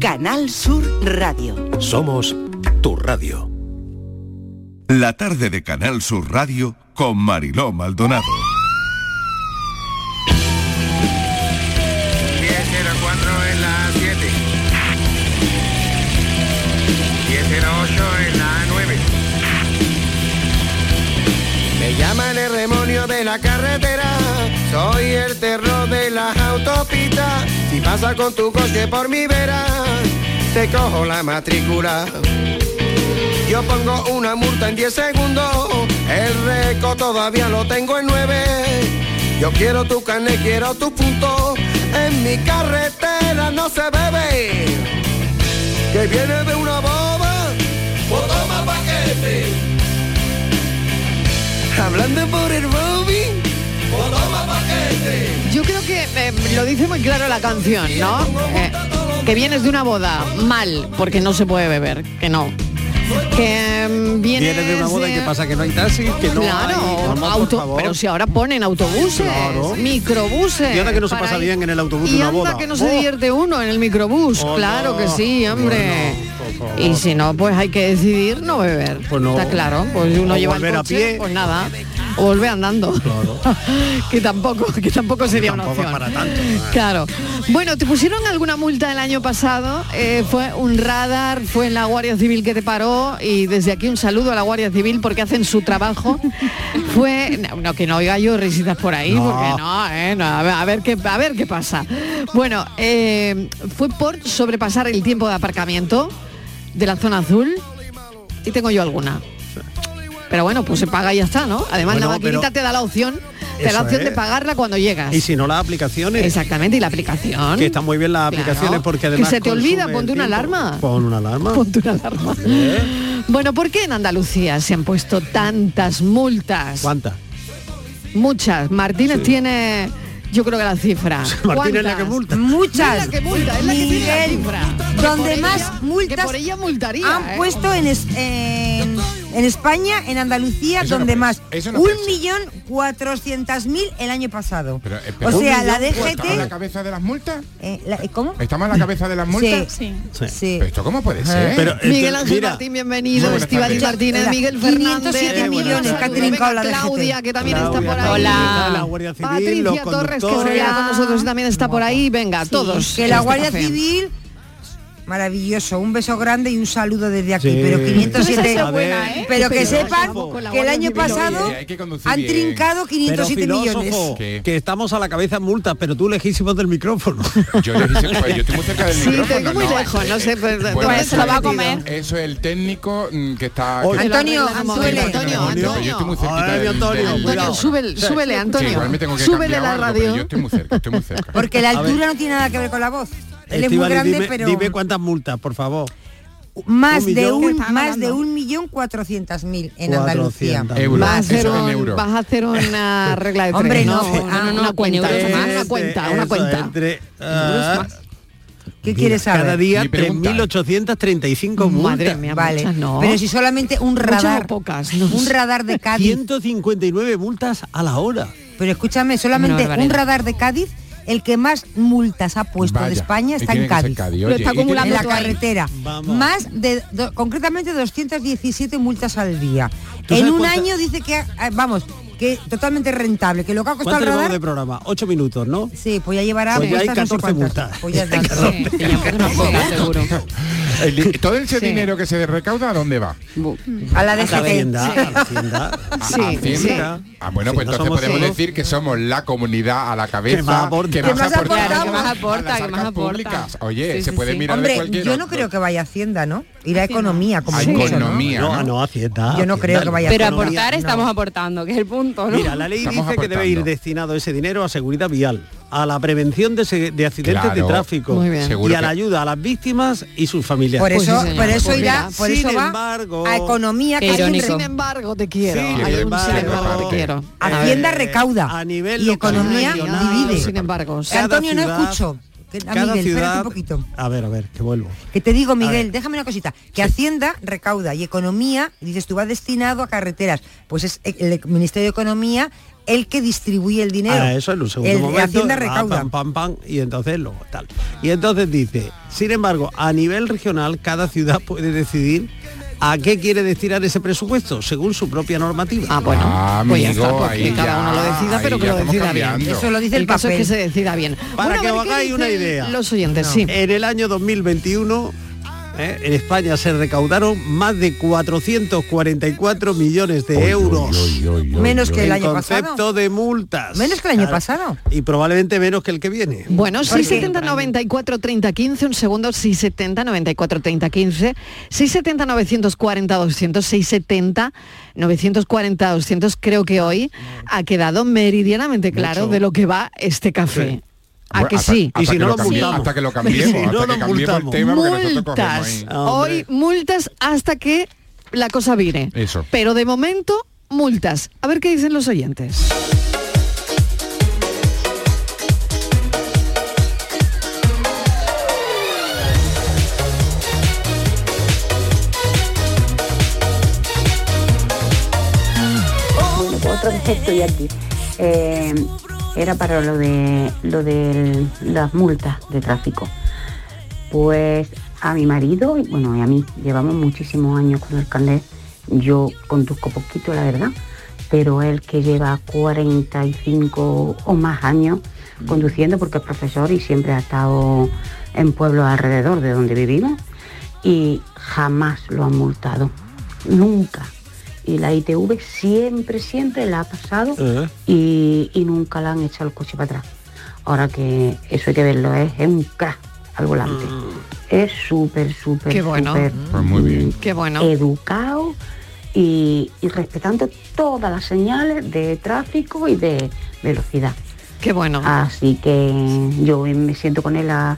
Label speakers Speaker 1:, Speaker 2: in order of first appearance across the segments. Speaker 1: Canal Sur Radio.
Speaker 2: Somos tu radio.
Speaker 3: La tarde de Canal Sur Radio con Mariló Maldonado.
Speaker 4: 10.04 en la 7. 10.08 en la 9.
Speaker 5: Me llaman el demonio de la carretera, soy el terror de las autopistas. Si pasa con tu coche por mi vera, te cojo la matrícula. Yo pongo una multa en 10 segundos, el récord todavía lo tengo en 9. Yo quiero tu carne, quiero tu punto, en mi carretera no se bebe. Que viene de una boba, pues toma paquete. Hablando por el Robin, pues toma paquete.
Speaker 6: Yo creo que eh, lo dice muy claro la canción, ¿no? Eh, que vienes de una boda, mal, porque no se puede beber, que no. Que mm, vienes,
Speaker 7: Vienes de una boda y qué
Speaker 6: de-
Speaker 7: pasa que no hay taxi, que
Speaker 6: claro,
Speaker 7: no hay no, no, por
Speaker 6: auto-
Speaker 7: favor.
Speaker 6: pero si ahora ponen autobuses,
Speaker 7: Claro.
Speaker 6: microbuses.
Speaker 7: Y ahora que no se
Speaker 6: para
Speaker 7: pasa
Speaker 6: ir-
Speaker 7: bien en el autobús
Speaker 6: Y
Speaker 7: de una
Speaker 6: anda
Speaker 7: boda. Oh.
Speaker 6: que no se divierte uno en el microbús, claro que sí, hombre. y si no, pues hay que decidir no beber.
Speaker 7: Pues no.
Speaker 6: Está claro, pues uno
Speaker 7: O
Speaker 6: lleva el
Speaker 7: volver a
Speaker 6: coche,
Speaker 7: pie.
Speaker 6: pues nada. O volver andando. que tampoco, que tampoco sería
Speaker 7: tampoco
Speaker 6: una
Speaker 7: es
Speaker 6: opción.
Speaker 7: para tanto,
Speaker 6: Claro. Bueno, ¿te pusieron alguna multa el año pasado? Eh, fue un radar, fue la Guardia Civil que te paró y desde aquí un saludo a la Guardia Civil porque hacen su trabajo. fue no, no, que no oiga yo risitas por ahí,
Speaker 8: No.
Speaker 6: porque no, eh, no, a, ver, a ver qué a ver qué pasa. Bueno, eh, fue por sobrepasar el tiempo de aparcamiento de la zona azul y tengo yo alguna. Pero bueno, pues se paga y ya está, ¿no? Además
Speaker 7: Bueno,
Speaker 6: la maquinita
Speaker 7: pero-
Speaker 6: te da la opción, te da la
Speaker 7: Eso
Speaker 6: opción de
Speaker 7: es.
Speaker 6: pagarla cuando llegas.
Speaker 7: Y si no las aplicaciones.
Speaker 6: Exactamente, y la aplicación.
Speaker 7: Que están muy bien las aplicaciones
Speaker 6: Claro.
Speaker 7: porque
Speaker 6: Que
Speaker 7: además.
Speaker 6: se te
Speaker 7: consume
Speaker 6: olvida,
Speaker 7: el
Speaker 6: ponte una
Speaker 7: tiempo.
Speaker 6: alarma.
Speaker 7: Pon una alarma.
Speaker 6: Ponte una alarma.
Speaker 7: ¿Eh?
Speaker 6: Bueno, ¿por qué en Andalucía se han puesto tantas multas?
Speaker 7: ¿Cuántas?
Speaker 6: Muchas. Martínez tiene, yo creo que la cifra.
Speaker 7: Martínez es la
Speaker 6: ¿Cuántas?
Speaker 7: que multa.
Speaker 9: Muchas.
Speaker 6: Es la que multa, es la que tiene la
Speaker 9: Miguel,
Speaker 6: cifra. Que por
Speaker 9: Donde
Speaker 6: ella-
Speaker 9: más multas
Speaker 6: que por ella multaría.
Speaker 9: han
Speaker 6: ¿eh?
Speaker 9: puesto en, es- en, en España, en Andalucía,
Speaker 10: Eso no
Speaker 9: donde
Speaker 10: puede-
Speaker 9: más.
Speaker 10: eso no
Speaker 9: un
Speaker 10: puede ser.
Speaker 9: millón cuatrocientas mil el año pasado.
Speaker 10: Pero, eh,
Speaker 9: o
Speaker 10: pero-
Speaker 9: sea, la
Speaker 10: ¿Estamos en la
Speaker 9: DGT.
Speaker 10: cabeza de las multas?
Speaker 9: eh, la- eh, ¿Cómo?
Speaker 10: ¿Estamos en la cabeza de las multas?
Speaker 9: Sí.
Speaker 10: ¿Pero esto cómo puede ser?
Speaker 7: Eh, Pero,
Speaker 6: Miguel Ángel Martín,
Speaker 10: Muy
Speaker 6: bienvenido.
Speaker 10: buenas
Speaker 6: Estivaliz
Speaker 10: tardes.
Speaker 6: Martínez,
Speaker 9: Hola.
Speaker 6: Miguel Fernández.
Speaker 9: 507 millones que ha
Speaker 6: Saludo.
Speaker 9: trincado
Speaker 6: Venga,
Speaker 9: la DGT.
Speaker 6: Claudia, que también está por ahí.
Speaker 7: Hola. La Guardia Civil, los
Speaker 6: Patricia Torres, que
Speaker 7: conductores.
Speaker 6: está con nosotros y también está por ahí. Venga, todos.
Speaker 9: Que la
Speaker 6: este
Speaker 9: Guardia
Speaker 6: café.
Speaker 9: Civil. Maravilloso, un beso grande y un saludo desde aquí,
Speaker 7: Sí.
Speaker 9: pero 507.
Speaker 7: Esa es buena, ¿eh?
Speaker 9: Pero que
Speaker 6: Pero,
Speaker 9: sepan
Speaker 6: con la
Speaker 9: que el
Speaker 6: Guardia
Speaker 9: año
Speaker 6: Civil,
Speaker 9: pasado
Speaker 10: oye, hay que conducir
Speaker 9: han
Speaker 10: bien.
Speaker 9: trincado
Speaker 7: Pero
Speaker 9: 507 millones.
Speaker 7: filósofo, que estamos a la cabeza en multas, pero tú lejísimos del micrófono.
Speaker 10: Yo le dije, pues, yo estoy muy cerca del
Speaker 6: Sí,
Speaker 10: micrófono.
Speaker 6: tengo muy
Speaker 10: ¿no? eh,
Speaker 6: lejos, no sé, pero-
Speaker 10: Bueno,
Speaker 6: ¿dónde
Speaker 10: eso
Speaker 6: Pues, se la va a
Speaker 10: es-
Speaker 6: comer?
Speaker 10: Eso es el técnico mm, que está...
Speaker 7: Oye,
Speaker 10: que-
Speaker 9: Antonio,
Speaker 6: Arregla como-
Speaker 9: Anzuelo.
Speaker 6: Antonio,
Speaker 10: Pero
Speaker 6: Antonio.
Speaker 10: Yo estoy muy cerquita
Speaker 7: Ay,
Speaker 10: del-
Speaker 7: Antonio,
Speaker 10: del-
Speaker 7: Antonio,
Speaker 10: cuidado.
Speaker 6: súbele-
Speaker 10: Sí.
Speaker 6: súbele, Antonio.
Speaker 10: Sí, igual me tengo que
Speaker 6: Súbele
Speaker 10: cambiar
Speaker 6: la
Speaker 10: o algo, pero
Speaker 6: radio.
Speaker 10: Yo estoy muy cerca, estoy muy cerca.
Speaker 9: Porque la
Speaker 7: A ver.
Speaker 9: altura no tiene nada que ver con la voz. Él es muy
Speaker 7: Estíbaliz,
Speaker 9: grande,
Speaker 7: dime,
Speaker 9: pero
Speaker 7: dime cuántas multas, por favor.
Speaker 9: más
Speaker 7: un
Speaker 9: de
Speaker 7: millón.
Speaker 9: un
Speaker 7: Están
Speaker 9: más
Speaker 7: ganando.
Speaker 9: de un millón cuatrocientas mil en Andalucía.
Speaker 7: 400.
Speaker 10: Euros.
Speaker 6: Vas a, hacer
Speaker 10: Eso en
Speaker 6: un-
Speaker 10: euros.
Speaker 6: vas a hacer una regla de tres,
Speaker 9: Hombre,
Speaker 6: ¿no?
Speaker 9: no,
Speaker 6: Una-
Speaker 9: ah,
Speaker 6: una,
Speaker 9: no,
Speaker 6: cuenta,
Speaker 9: en euros
Speaker 6: una,
Speaker 9: más.
Speaker 6: cuenta, una
Speaker 7: Eso,
Speaker 6: cuenta.
Speaker 7: entre, ah,
Speaker 9: ¿Qué
Speaker 7: mira,
Speaker 9: quieres saber?
Speaker 7: Cada día
Speaker 10: Mi pregunta.
Speaker 7: 3.835
Speaker 6: Madre
Speaker 7: multas.
Speaker 6: mía,
Speaker 9: Vale.
Speaker 6: muchas no.
Speaker 9: Pero si solamente un
Speaker 6: Muchas
Speaker 9: radar,
Speaker 6: o pocas, no
Speaker 9: un
Speaker 6: sé.
Speaker 9: radar de Cádiz.
Speaker 7: 159 multas a la hora.
Speaker 9: Pero escúchame, solamente
Speaker 6: Una
Speaker 9: un
Speaker 6: barbaridad.
Speaker 9: radar de Cádiz, el que más multas ha puesto
Speaker 10: Vaya,
Speaker 9: de España
Speaker 10: y
Speaker 9: está en
Speaker 10: tiene que ser
Speaker 9: Cádiz.
Speaker 10: Cádiz,
Speaker 6: Lo
Speaker 10: oye, y
Speaker 6: está
Speaker 10: tiene-
Speaker 6: acumulando
Speaker 9: en la
Speaker 6: tú ahí.
Speaker 9: carretera.
Speaker 7: Vamos.
Speaker 9: Más de do- concretamente 217 multas al día.
Speaker 7: ¿Tú
Speaker 9: En
Speaker 7: sabes
Speaker 9: un
Speaker 7: cuánta-
Speaker 9: año dice que ha- eh, vamos, que totalmente rentable, que lo que ha costado
Speaker 7: ¿Cuánto
Speaker 9: el
Speaker 7: llevamos
Speaker 9: radar
Speaker 7: de programa? 8 minutos, ¿no?
Speaker 9: Sí, pues ya llevará
Speaker 7: Pues ya hay
Speaker 9: puestas no sé
Speaker 7: 14
Speaker 9: cuántas.
Speaker 7: multas.
Speaker 9: Pues ya está.
Speaker 6: Sí, sí, ya podemos jugar, seguro.
Speaker 10: El di- todo ese
Speaker 6: Sí.
Speaker 10: dinero que se recauda, ¿a dónde va?
Speaker 9: A la
Speaker 7: A la Hacienda,
Speaker 9: DGT.
Speaker 7: a la Hacienda.
Speaker 10: A-
Speaker 6: Sí,
Speaker 10: a Hacienda.
Speaker 7: sí.
Speaker 10: Ah, bueno,
Speaker 7: Sí,
Speaker 10: pues
Speaker 7: no
Speaker 10: entonces
Speaker 7: somos
Speaker 10: podemos
Speaker 7: todos.
Speaker 10: decir que somos la comunidad a la cabeza
Speaker 7: más aporta.
Speaker 10: que
Speaker 7: Que
Speaker 10: más
Speaker 9: más
Speaker 10: aportamos
Speaker 9: aporta, que más
Speaker 10: a las
Speaker 8: aporta, que más
Speaker 10: arcas
Speaker 8: aporta.
Speaker 10: públicas. Oye,
Speaker 8: Sí,
Speaker 10: se
Speaker 8: sí,
Speaker 10: puede
Speaker 8: sí.
Speaker 10: mirar de
Speaker 9: Hombre,
Speaker 10: cualquier
Speaker 9: yo no creo que vaya a Hacienda, ¿no? Irá a Economía, como
Speaker 10: a
Speaker 9: mucho, ¿no?
Speaker 10: economía,
Speaker 7: No,
Speaker 10: ¿no?
Speaker 7: ah, no, Hacienda.
Speaker 9: Yo no creo que vaya a
Speaker 8: Pero
Speaker 9: Pero
Speaker 8: aportar
Speaker 9: no.
Speaker 8: estamos aportando, que es el punto, ¿no?
Speaker 7: Mira, la ley
Speaker 10: Estamos
Speaker 7: dice que debe ir
Speaker 10: aportando.
Speaker 7: destinado ese dinero a seguridad vial, a la prevención de, se- de accidentes
Speaker 10: Claro.
Speaker 7: de tráfico
Speaker 6: Muy bien.
Speaker 7: y
Speaker 10: Seguro
Speaker 7: a la
Speaker 10: que-
Speaker 7: ayuda a las víctimas y sus familias.
Speaker 9: Por
Speaker 6: Pues sí,
Speaker 9: eso,
Speaker 6: señor.
Speaker 9: por eso
Speaker 6: Pues
Speaker 9: irá,
Speaker 6: mira,
Speaker 9: por eso
Speaker 7: sin
Speaker 9: va
Speaker 7: embargo-
Speaker 9: a economía
Speaker 8: Qué
Speaker 9: que hay un
Speaker 8: irónico.
Speaker 6: Sin
Speaker 9: re-
Speaker 6: embargo, te quiero.
Speaker 7: Sí,
Speaker 6: Hay un
Speaker 7: embargo,
Speaker 6: sin embargo, te
Speaker 10: aparte.
Speaker 6: quiero.
Speaker 9: Hacienda recauda
Speaker 7: a nivel
Speaker 9: y
Speaker 7: local,
Speaker 9: economía
Speaker 7: regional,
Speaker 9: divide.
Speaker 6: Sin embargo, sí.
Speaker 7: Cada
Speaker 9: Antonio, no
Speaker 7: ciudad-
Speaker 9: escucho. que- a
Speaker 7: Cada
Speaker 9: Miguel, espérate
Speaker 7: ciudad...
Speaker 9: un poquito.
Speaker 7: A ver, a ver, que vuelvo.
Speaker 9: Que te digo,
Speaker 7: ver.
Speaker 9: Miguel, déjame una cosita, que Hacienda recauda y Economía, dices tú, va destinado a carreteras, pues es el Ministerio de Economía el que distribuye el dinero.
Speaker 7: Ah, eso en un segundo
Speaker 9: El-
Speaker 7: momento.
Speaker 9: Hacienda
Speaker 7: ah,
Speaker 9: recauda.
Speaker 7: pam, pam, pam, y entonces lo tal. Y entonces dice, sin embargo, a nivel regional cada ciudad puede decidir a qué quiere destinar ese presupuesto según su propia normativa.
Speaker 6: Ah, bueno.
Speaker 10: Ah,
Speaker 6: pues ya está,
Speaker 10: amigo,
Speaker 6: pues que
Speaker 10: ahí
Speaker 6: cada
Speaker 10: ya,
Speaker 6: uno lo decida,
Speaker 10: ahí
Speaker 6: pero
Speaker 10: ya
Speaker 6: que lo
Speaker 10: estamos
Speaker 6: decida bien.
Speaker 10: cambiando.
Speaker 9: Eso lo dice el,
Speaker 6: caso es
Speaker 9: papel.
Speaker 6: que se decida bien.
Speaker 7: Para
Speaker 6: Bueno,
Speaker 7: que
Speaker 6: a ver,
Speaker 7: os
Speaker 6: ¿qué
Speaker 7: hagáis una
Speaker 6: dicen
Speaker 7: idea.
Speaker 6: Los oyentes, sí.
Speaker 7: En el año 2021 eh, en España se recaudaron más de 444 millones de euros.
Speaker 9: Menos que el
Speaker 7: en
Speaker 9: año
Speaker 7: concepto
Speaker 9: pasado.
Speaker 7: de multas.
Speaker 9: Menos que el año pasado.
Speaker 7: Y probablemente menos que el que viene.
Speaker 6: Bueno,
Speaker 9: Porque-
Speaker 6: 670 94 30 15, un segundo, 670 94 30 15, 670 940 200, 670 940 200, creo que hoy ha quedado meridianamente claro de lo que va este café.
Speaker 7: Sí.
Speaker 6: ¿A
Speaker 10: Bueno,
Speaker 6: que
Speaker 10: hasta-
Speaker 6: sí?
Speaker 10: hasta
Speaker 7: Y si
Speaker 10: que
Speaker 7: no
Speaker 10: lo
Speaker 7: lo
Speaker 10: cambie-
Speaker 7: multamos.
Speaker 10: Hasta que lo
Speaker 7: Y
Speaker 10: cambiemos,
Speaker 7: si no
Speaker 10: hasta
Speaker 7: lo
Speaker 10: que cambiemos el
Speaker 7: multamos.
Speaker 10: tema porque nosotros cogemos
Speaker 6: multas.
Speaker 10: ahí.
Speaker 6: Hoy multas hasta que la cosa vire.
Speaker 10: Eso.
Speaker 6: Pero de momento, multas. A ver qué dicen los oyentes.
Speaker 11: Otro vez estoy aquí. Eh, era para lo de lo de las multas de tráfico. Pues a mi marido, y bueno, y a mí, llevamos muchísimos años con el carnet. Yo conduzco poquito, la verdad, pero él que lleva 45 o más años conduciendo, porque es profesor y siempre ha estado en pueblos alrededor de donde vivimos, y jamás lo han multado. Nunca. Y la ITV siempre, siempre la ha pasado
Speaker 7: Eh.
Speaker 11: y, y nunca la han echado el coche para atrás. Ahora que eso hay que verlo, es, es un crack
Speaker 7: Mm.
Speaker 11: al volante. Es súper, súper,
Speaker 6: Qué bueno. Mm.
Speaker 11: súper
Speaker 10: Pues muy bien.
Speaker 6: Qué bueno.
Speaker 11: educado y, y respetando todas las señales de tráfico y de velocidad.
Speaker 6: Qué bueno.
Speaker 11: Así que yo me siento con él, a-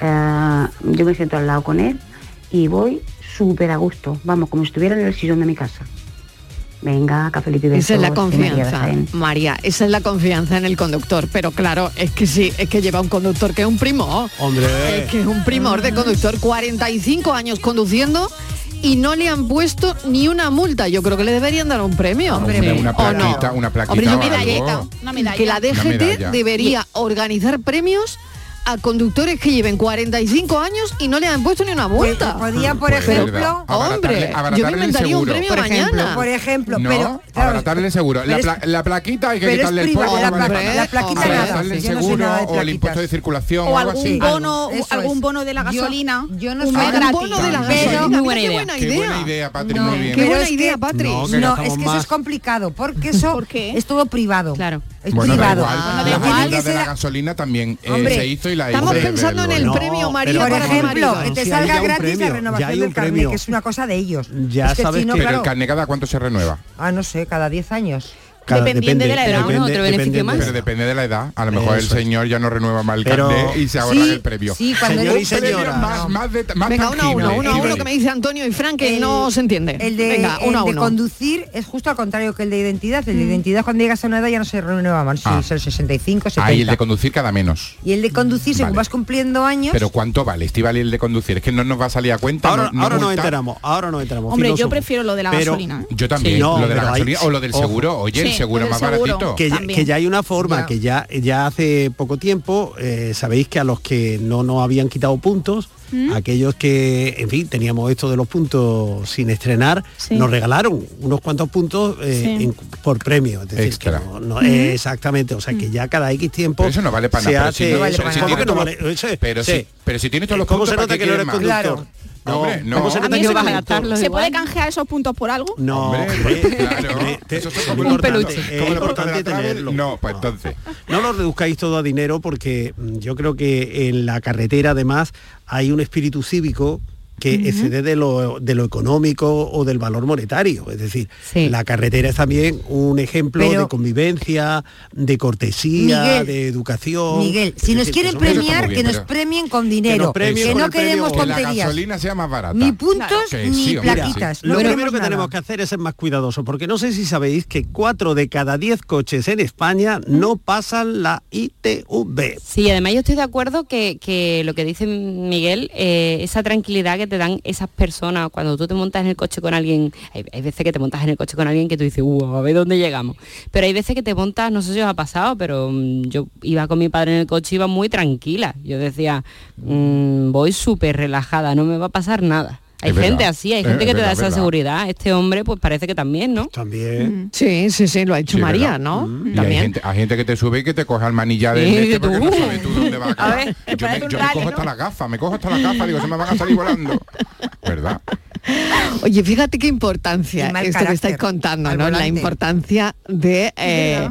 Speaker 11: a- yo me siento al lado con él y voy súper a gusto, vamos, como si estuviera en el sillón de mi casa. Venga, cafelito y
Speaker 6: Esa es la
Speaker 11: besos, de María de
Speaker 6: confianza,
Speaker 11: Jaén.
Speaker 6: María, esa es la confianza en el conductor, pero claro, es que sí, es que lleva un conductor que es un primo,
Speaker 7: Hombre.
Speaker 6: es que es un primor de conductor, 45 años conduciendo y no le han puesto ni una multa, yo creo que le deberían dar un premio.
Speaker 10: Hombre, Hombre, una
Speaker 6: ¿o no?
Speaker 10: plaquita, una plaquita
Speaker 6: Hombre, yo
Speaker 10: o
Speaker 6: me
Speaker 10: algo. Pues,
Speaker 6: daría-
Speaker 12: Una medalla.
Speaker 6: que la DGT
Speaker 10: medalla.
Speaker 6: debería organizar premios a conductores que lleven 45 años y no le han puesto ni una multa.
Speaker 9: Podía, por
Speaker 10: Pues,
Speaker 9: ejemplo,
Speaker 10: verdad. Abaratarle-
Speaker 6: Hombre,
Speaker 10: abaratarle
Speaker 6: yo me
Speaker 10: el
Speaker 6: inventaría un
Speaker 10: seguro.
Speaker 6: premio
Speaker 9: por ejemplo,
Speaker 6: mañana.
Speaker 9: por ejemplo,
Speaker 10: No,
Speaker 9: pero claro,
Speaker 10: abaratarle el seguro. La,
Speaker 9: pero es-
Speaker 10: pla- la plaquita hay que
Speaker 9: pero es
Speaker 10: quitarle el
Speaker 9: privado,
Speaker 10: polvo.
Speaker 9: la,
Speaker 10: para
Speaker 9: pla-
Speaker 10: la-
Speaker 9: la plaquita
Speaker 6: hombre.
Speaker 9: nada.
Speaker 10: Abaratarle el
Speaker 9: Yo no soy
Speaker 10: seguro
Speaker 9: nada
Speaker 10: o
Speaker 9: de
Speaker 10: el impuesto de
Speaker 9: plaquitas.
Speaker 10: circulación
Speaker 12: o
Speaker 10: o algo
Speaker 12: algún
Speaker 10: así. Ah,
Speaker 12: bono,
Speaker 9: Eso
Speaker 12: algún
Speaker 9: es.
Speaker 12: bono de la
Speaker 9: Yo-
Speaker 12: gasolina.
Speaker 9: yo no
Speaker 12: un
Speaker 9: soy-
Speaker 12: mes
Speaker 9: Ah,
Speaker 6: un
Speaker 12: gratis.
Speaker 6: bono de la
Speaker 9: Pero-
Speaker 6: gasolina,
Speaker 12: Muy
Speaker 6: mira
Speaker 12: buena
Speaker 6: qué
Speaker 12: idea.
Speaker 6: buena
Speaker 10: Qué
Speaker 6: idea.
Speaker 10: buena idea, Patri, muy bien.
Speaker 6: Qué
Speaker 9: Pero
Speaker 6: buena
Speaker 9: es que-
Speaker 6: idea, Patri.
Speaker 7: No, que
Speaker 9: No,
Speaker 7: gastamos
Speaker 9: es que eso
Speaker 7: más.
Speaker 9: es complicado, porque eso
Speaker 12: ¿Por qué?
Speaker 9: es todo privado.
Speaker 12: Claro.
Speaker 9: Es
Speaker 10: Bueno, da
Speaker 9: privado.
Speaker 10: igual.
Speaker 12: Ah,
Speaker 10: la
Speaker 12: da igual.
Speaker 10: medida de la
Speaker 9: Tiene que ser-
Speaker 10: gasolina también eh,
Speaker 9: Hombre,
Speaker 10: se hizo y la
Speaker 6: Estamos
Speaker 10: hizo de
Speaker 6: pensando en el
Speaker 10: Belbo.
Speaker 6: premio María
Speaker 9: Por
Speaker 6: para los
Speaker 9: ejemplo, que
Speaker 6: maridos.
Speaker 9: te
Speaker 7: Si hay
Speaker 9: salga
Speaker 7: ya un
Speaker 9: gratis
Speaker 7: premio,
Speaker 9: la
Speaker 7: ya hay
Speaker 9: renovación del
Speaker 7: un
Speaker 9: carnet,
Speaker 7: premio.
Speaker 9: que es una cosa de ellos.
Speaker 7: Ya
Speaker 9: Es que el
Speaker 7: sabes
Speaker 9: chino,
Speaker 7: que-
Speaker 10: Pero el
Speaker 9: claro,
Speaker 10: carnet cada cuánto se renueva.
Speaker 9: Ah, no sé, cada 10 años.
Speaker 7: Cada-
Speaker 12: Dependiendo de la edad, uno, otro
Speaker 7: depende
Speaker 12: beneficio
Speaker 7: de-
Speaker 12: más.
Speaker 10: Pero depende de la edad. A lo mejor el
Speaker 7: Eso es.
Speaker 10: señor ya no renueva más el
Speaker 7: Pero-
Speaker 10: carnet y se ahorra
Speaker 9: Sí,
Speaker 10: el premio.
Speaker 9: Sí, cuando
Speaker 7: Señor y
Speaker 9: eres-
Speaker 10: Un premio
Speaker 7: señora.
Speaker 10: Más, más de, más ¿eh?
Speaker 6: Venga, uno a uno,
Speaker 10: tangible.
Speaker 6: uno a
Speaker 7: Sí,
Speaker 6: uno
Speaker 7: sí.
Speaker 6: que me dice Antonio y Fran que
Speaker 9: El-
Speaker 6: no se entienden.
Speaker 9: El de,
Speaker 6: Venga, uno a
Speaker 9: el de
Speaker 6: uno. Mm.
Speaker 9: conducir es justo al contrario que el de identidad. El de identidad cuando llegas a una edad ya no se renueva más.
Speaker 10: Ah.
Speaker 9: Si es el 65,
Speaker 6: Ah,
Speaker 9: 70.
Speaker 10: Ahí el de conducir cada menos.
Speaker 9: y el de conducir, según
Speaker 10: Vale.
Speaker 9: vas cumpliendo años,
Speaker 10: Pero ¿cuánto vale? Este vale el de conducir. Es que no nos va a salir a cuenta.
Speaker 7: Ahora,
Speaker 10: no,
Speaker 7: ahora no
Speaker 10: multa.
Speaker 7: enteramos, ahora no enteramos.
Speaker 12: Hombre, yo
Speaker 7: filósofo.
Speaker 12: prefiero lo de la
Speaker 7: Pero-
Speaker 12: gasolina. ¿eh?
Speaker 10: Yo también.
Speaker 7: Sí, no,
Speaker 10: lo de la
Speaker 7: pero ahí-
Speaker 10: gasolina o lo del
Speaker 7: ojo.
Speaker 10: seguro. Oye, el
Speaker 12: Sí, lo
Speaker 10: seguro
Speaker 12: del
Speaker 10: más
Speaker 12: seguro.
Speaker 10: baratito.
Speaker 7: que, ya-
Speaker 12: También.
Speaker 7: que ya hay una forma
Speaker 9: Ya.
Speaker 7: que ya ya hace poco tiempo eh, sabéis que a los que no nos habían quitado puntos aquellos que en fin teníamos esto de los puntos sin estrenar
Speaker 12: Sí.
Speaker 7: nos regalaron unos cuantos puntos eh,
Speaker 12: Sí.
Speaker 7: en- por premio es decir, que
Speaker 10: Extra.
Speaker 7: no- no- eh, exactamente o sea que ya cada x tiempo
Speaker 10: Pero eso no vale para
Speaker 7: se
Speaker 10: nada, pero
Speaker 7: hace
Speaker 10: si no
Speaker 9: vale
Speaker 7: eso.
Speaker 9: para
Speaker 7: ¿Cómo
Speaker 9: nada.
Speaker 7: que no vale? Eso es,
Speaker 10: Pero
Speaker 7: sí.
Speaker 10: si- pero si tienes todos los
Speaker 7: ¿Cómo
Speaker 10: puntos,
Speaker 7: se
Speaker 10: ¿para
Speaker 7: nota
Speaker 10: qué
Speaker 7: que no eres
Speaker 10: quieres
Speaker 7: conductor?
Speaker 10: más?
Speaker 9: Claro.
Speaker 7: No,
Speaker 10: Hombre, no.
Speaker 7: ¿Cómo se
Speaker 10: A
Speaker 7: nota
Speaker 12: mí
Speaker 7: que no
Speaker 12: eso
Speaker 7: eres
Speaker 12: me
Speaker 7: conductor?
Speaker 12: ¿Se puede canjear esos puntos por algo?
Speaker 7: No,
Speaker 10: Hombre,
Speaker 7: hombre,
Speaker 10: claro.
Speaker 7: hombre, te-
Speaker 10: Eso es
Speaker 7: es
Speaker 10: como un
Speaker 7: importante,
Speaker 10: peluche. Como
Speaker 7: es
Speaker 10: los
Speaker 7: importante
Speaker 10: de la Travel.
Speaker 7: tenerlo. Ah.
Speaker 10: No, pues entonces.
Speaker 7: No lo reduzcáis todo a dinero porque mm, yo creo que en la carretera además hay un espíritu cívico que
Speaker 13: Ujú.
Speaker 7: excede de lo, de lo económico o del valor monetario. Es decir,
Speaker 13: Sí.
Speaker 7: la carretera es también un ejemplo de convivencia, de cortesía,
Speaker 9: Miguel,
Speaker 7: de educación.
Speaker 9: Miguel, si
Speaker 7: Es
Speaker 9: nos
Speaker 7: decir,
Speaker 9: quieren
Speaker 7: son cosas-
Speaker 9: premiar, que nos premien con dinero, que,
Speaker 7: premien con
Speaker 9: no
Speaker 7: el premio
Speaker 9: queremos
Speaker 7: Oscar.
Speaker 9: tonterías.
Speaker 10: La gasolina sea más barata.
Speaker 9: Ni puntos
Speaker 10: Que
Speaker 9: ni
Speaker 10: sí, hombre,
Speaker 9: plaquitas.
Speaker 10: sí.
Speaker 7: Lo
Speaker 9: no
Speaker 7: primero
Speaker 9: queremos
Speaker 7: que
Speaker 9: nada.
Speaker 7: tenemos que hacer es ser más cuidadosos, porque no sé si sabéis que 4 de cada 10 coches en España no pasan la ITV.
Speaker 14: Sí, además yo estoy de acuerdo que, que lo que dice Miguel, eh, esa tranquilidad que te dan esas personas cuando tú te montas en el coche con alguien, hay, hay veces que te montas en el coche con alguien que tú dices, uh, a ver dónde llegamos. Pero hay veces que te montas, no sé si os ha pasado, pero mm, yo iba con mi padre en el coche, iba muy tranquila. Yo decía, mm, voy súper relajada, no me va a pasar nada. Hay
Speaker 6: Es
Speaker 14: gente
Speaker 6: verdad.
Speaker 14: así, hay
Speaker 6: Es
Speaker 14: gente que te
Speaker 6: verdad,
Speaker 14: da esa
Speaker 6: verdad.
Speaker 14: seguridad. Este hombre pues parece que también, ¿no? Mm.
Speaker 7: También.
Speaker 6: Sí, sí, sí, Mm. lo ha hecho
Speaker 10: Sí,
Speaker 6: María,
Speaker 10: ¿verdad?
Speaker 6: ¿no?
Speaker 10: Y hay
Speaker 6: También.
Speaker 10: gente, hay gente que te sube y que te coge al manillar del
Speaker 6: Sí,
Speaker 10: este
Speaker 6: tú.
Speaker 10: porque no sabes tú dónde vas a
Speaker 6: A
Speaker 10: acabar.
Speaker 6: ver,
Speaker 10: yo me,
Speaker 6: parece un
Speaker 10: yo me
Speaker 6: rally,
Speaker 10: cojo
Speaker 6: ¿no?
Speaker 10: hasta las gafas, me cojo hasta las gafas, digo, se me van a salir volando. ¿Verdad?
Speaker 6: Oye, fíjate qué importancia esto que estáis contando, ¿no? La importancia de eh,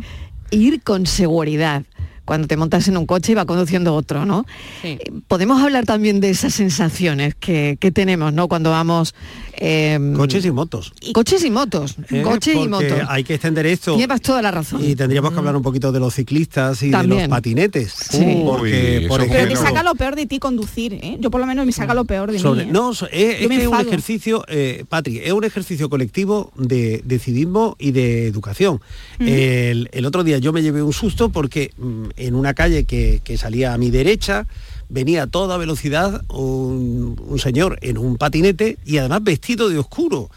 Speaker 6: ir con seguridad. Cuando te montas en un coche y va conduciendo otro, ¿no?
Speaker 14: Sí.
Speaker 6: Eh, Podemos hablar también de esas sensaciones que, que tenemos, ¿no? Cuando vamos... eh,
Speaker 7: Coches y motos.
Speaker 6: Coches y motos.
Speaker 7: Eh,
Speaker 6: coches y
Speaker 7: porque
Speaker 6: motos.
Speaker 7: Hay que extender esto.
Speaker 6: Llevas toda la razón.
Speaker 7: Y tendríamos que hablar un poquito de los ciclistas y de los
Speaker 6: También.
Speaker 7: patinetes.
Speaker 6: Sí.
Speaker 7: Porque,
Speaker 10: Uy,
Speaker 7: por
Speaker 10: eso
Speaker 12: Pero te
Speaker 7: ejemplo,
Speaker 12: saca lo peor de ti conducir, ¿eh? Yo por lo menos me saca lo peor de
Speaker 7: sobre-
Speaker 12: mí. ¿eh?
Speaker 7: no, so- es,
Speaker 12: Yo me
Speaker 7: es que es un
Speaker 12: enfado.
Speaker 7: ejercicio, eh, Patri, es un ejercicio colectivo de, de civismo y de educación. Eh,
Speaker 12: Mm.
Speaker 7: El, el otro día yo me llevé un susto porque mm, en una calle que, que salía a mi derecha venía a toda velocidad un, un señor en un patinete y además vestido de oscuro.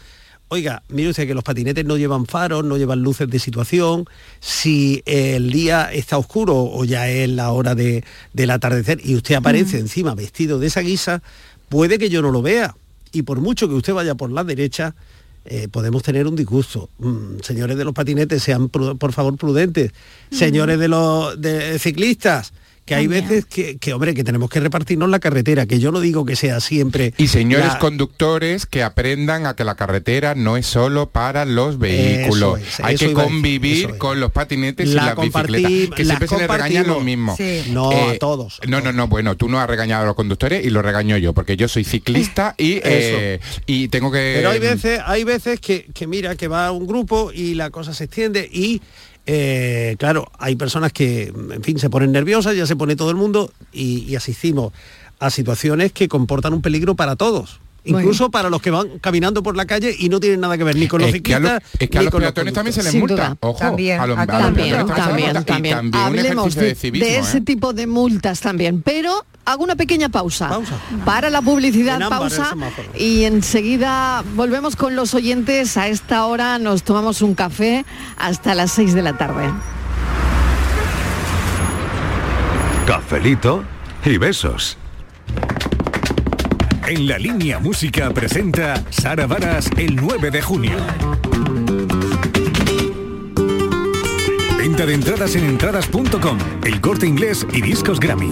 Speaker 7: Oiga, mire usted que los patinetes no llevan faros, no llevan luces de situación. Si el día está oscuro o ya es la hora de- del atardecer y usted aparece encima vestido de esa guisa, puede que yo no lo vea. Y por mucho que usted vaya por la derecha, eh, podemos tener un disgusto. Mm, señores de los patinetes, sean pru- por favor prudentes. Señores de los de- ciclistas, que hay veces que, que, hombre, que tenemos que repartirnos la carretera, que yo no digo que sea siempre...
Speaker 10: Y señores
Speaker 7: la-
Speaker 10: conductores que aprendan a que la carretera no es solo para los vehículos.
Speaker 7: es,
Speaker 10: Hay
Speaker 7: eso
Speaker 10: que
Speaker 7: iba a decir,
Speaker 10: convivir
Speaker 7: eso es.
Speaker 10: con los patinetes y
Speaker 7: La
Speaker 10: las
Speaker 7: compartim-
Speaker 10: bicicletas. Que
Speaker 7: la
Speaker 10: siempre se les regaña
Speaker 7: compartimos.
Speaker 10: lo mismo. Eh,
Speaker 7: Sí. No, a todos,
Speaker 10: No, no, no, bueno, tú no has regañado a los conductores y lo regaño yo, porque yo soy ciclista y, eh, y tengo que. mm.
Speaker 7: Pero hay veces, hay veces que, que mira, que va un grupo y la cosa se extiende y eh, claro, hay personas que, en fin, se ponen nerviosas, ya se pone todo el mundo y, y asistimos a situaciones que comportan un peligro para todos.
Speaker 10: Bueno.
Speaker 7: Incluso para los que van caminando por la calle y no tienen nada que ver ni con los
Speaker 10: Es que a
Speaker 7: ciclistas.
Speaker 10: los- es que a
Speaker 7: ni
Speaker 10: los
Speaker 7: con
Speaker 10: peatones también se les
Speaker 7: conductores.
Speaker 10: multa. Ojo, a los- a los peatones también se les multa. Y también un
Speaker 6: Hablemos
Speaker 10: ejercicio
Speaker 6: de,
Speaker 10: de civismo.
Speaker 6: de
Speaker 10: ¿eh?
Speaker 6: ese tipo de multas también, pero hago una pequeña pausa. Para la publicidad,
Speaker 7: En ámbar el
Speaker 6: pausa.
Speaker 7: semáforo.
Speaker 6: Y enseguida volvemos con los oyentes. A esta hora nos tomamos un café hasta las 6 de la tarde.
Speaker 2: Cafelito y besos. En la línea música presenta Sara Varas el 9 de junio. Venta de entradas en entradas.com, el corte inglés y discos Grammy.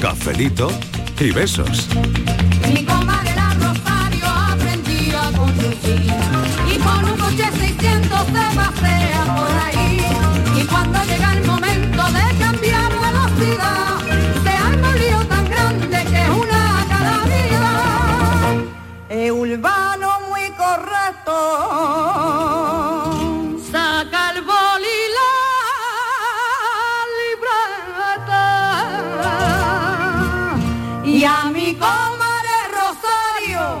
Speaker 3: Cafelito y besos.
Speaker 15: Mi compadre la Rosario aprendió a conducir y con un coche 600 se pasea por ahí y cuando llega el momento de cambiar velocidad se arma un lío tan grande que es una calamidad. Es urbano muy correcto. Saca el boli y la libreta y a mi comadre Rosario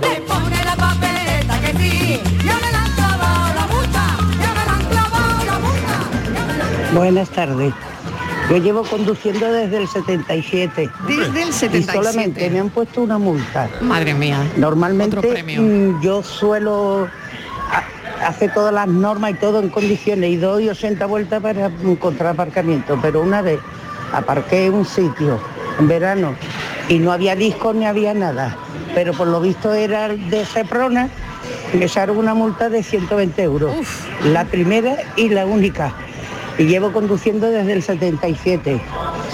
Speaker 15: le pone la papeleta que sí, ya me la han clavado la multa, ya me la han clavado la multa.
Speaker 16: Buenas tardes. Yo llevo conduciendo desde el 77.
Speaker 6: Desde el
Speaker 16: Y
Speaker 6: 77.
Speaker 16: solamente me han puesto una multa.
Speaker 6: Madre mía.
Speaker 16: Normalmente
Speaker 6: Otro premio.
Speaker 16: mm, yo suelo ha- hacer todas las normas y todo en condiciones y doy 80 vueltas para encontrar aparcamiento. Pero una vez aparqué en un sitio en verano y no había disco ni había nada. Pero por lo visto era de Seprona. y Me echaron una multa de 120 euros. La primera y la única. Y llevo conduciendo desde el 77.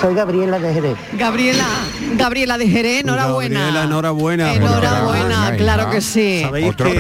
Speaker 16: Soy Gabriela de Jerez.
Speaker 6: Gabriela, Gabriela de Jerez, enhorabuena.
Speaker 7: Gabriela, enhorabuena.
Speaker 6: Enhorabuena, claro que sí.
Speaker 7: ¿Sabéis que-
Speaker 6: Otro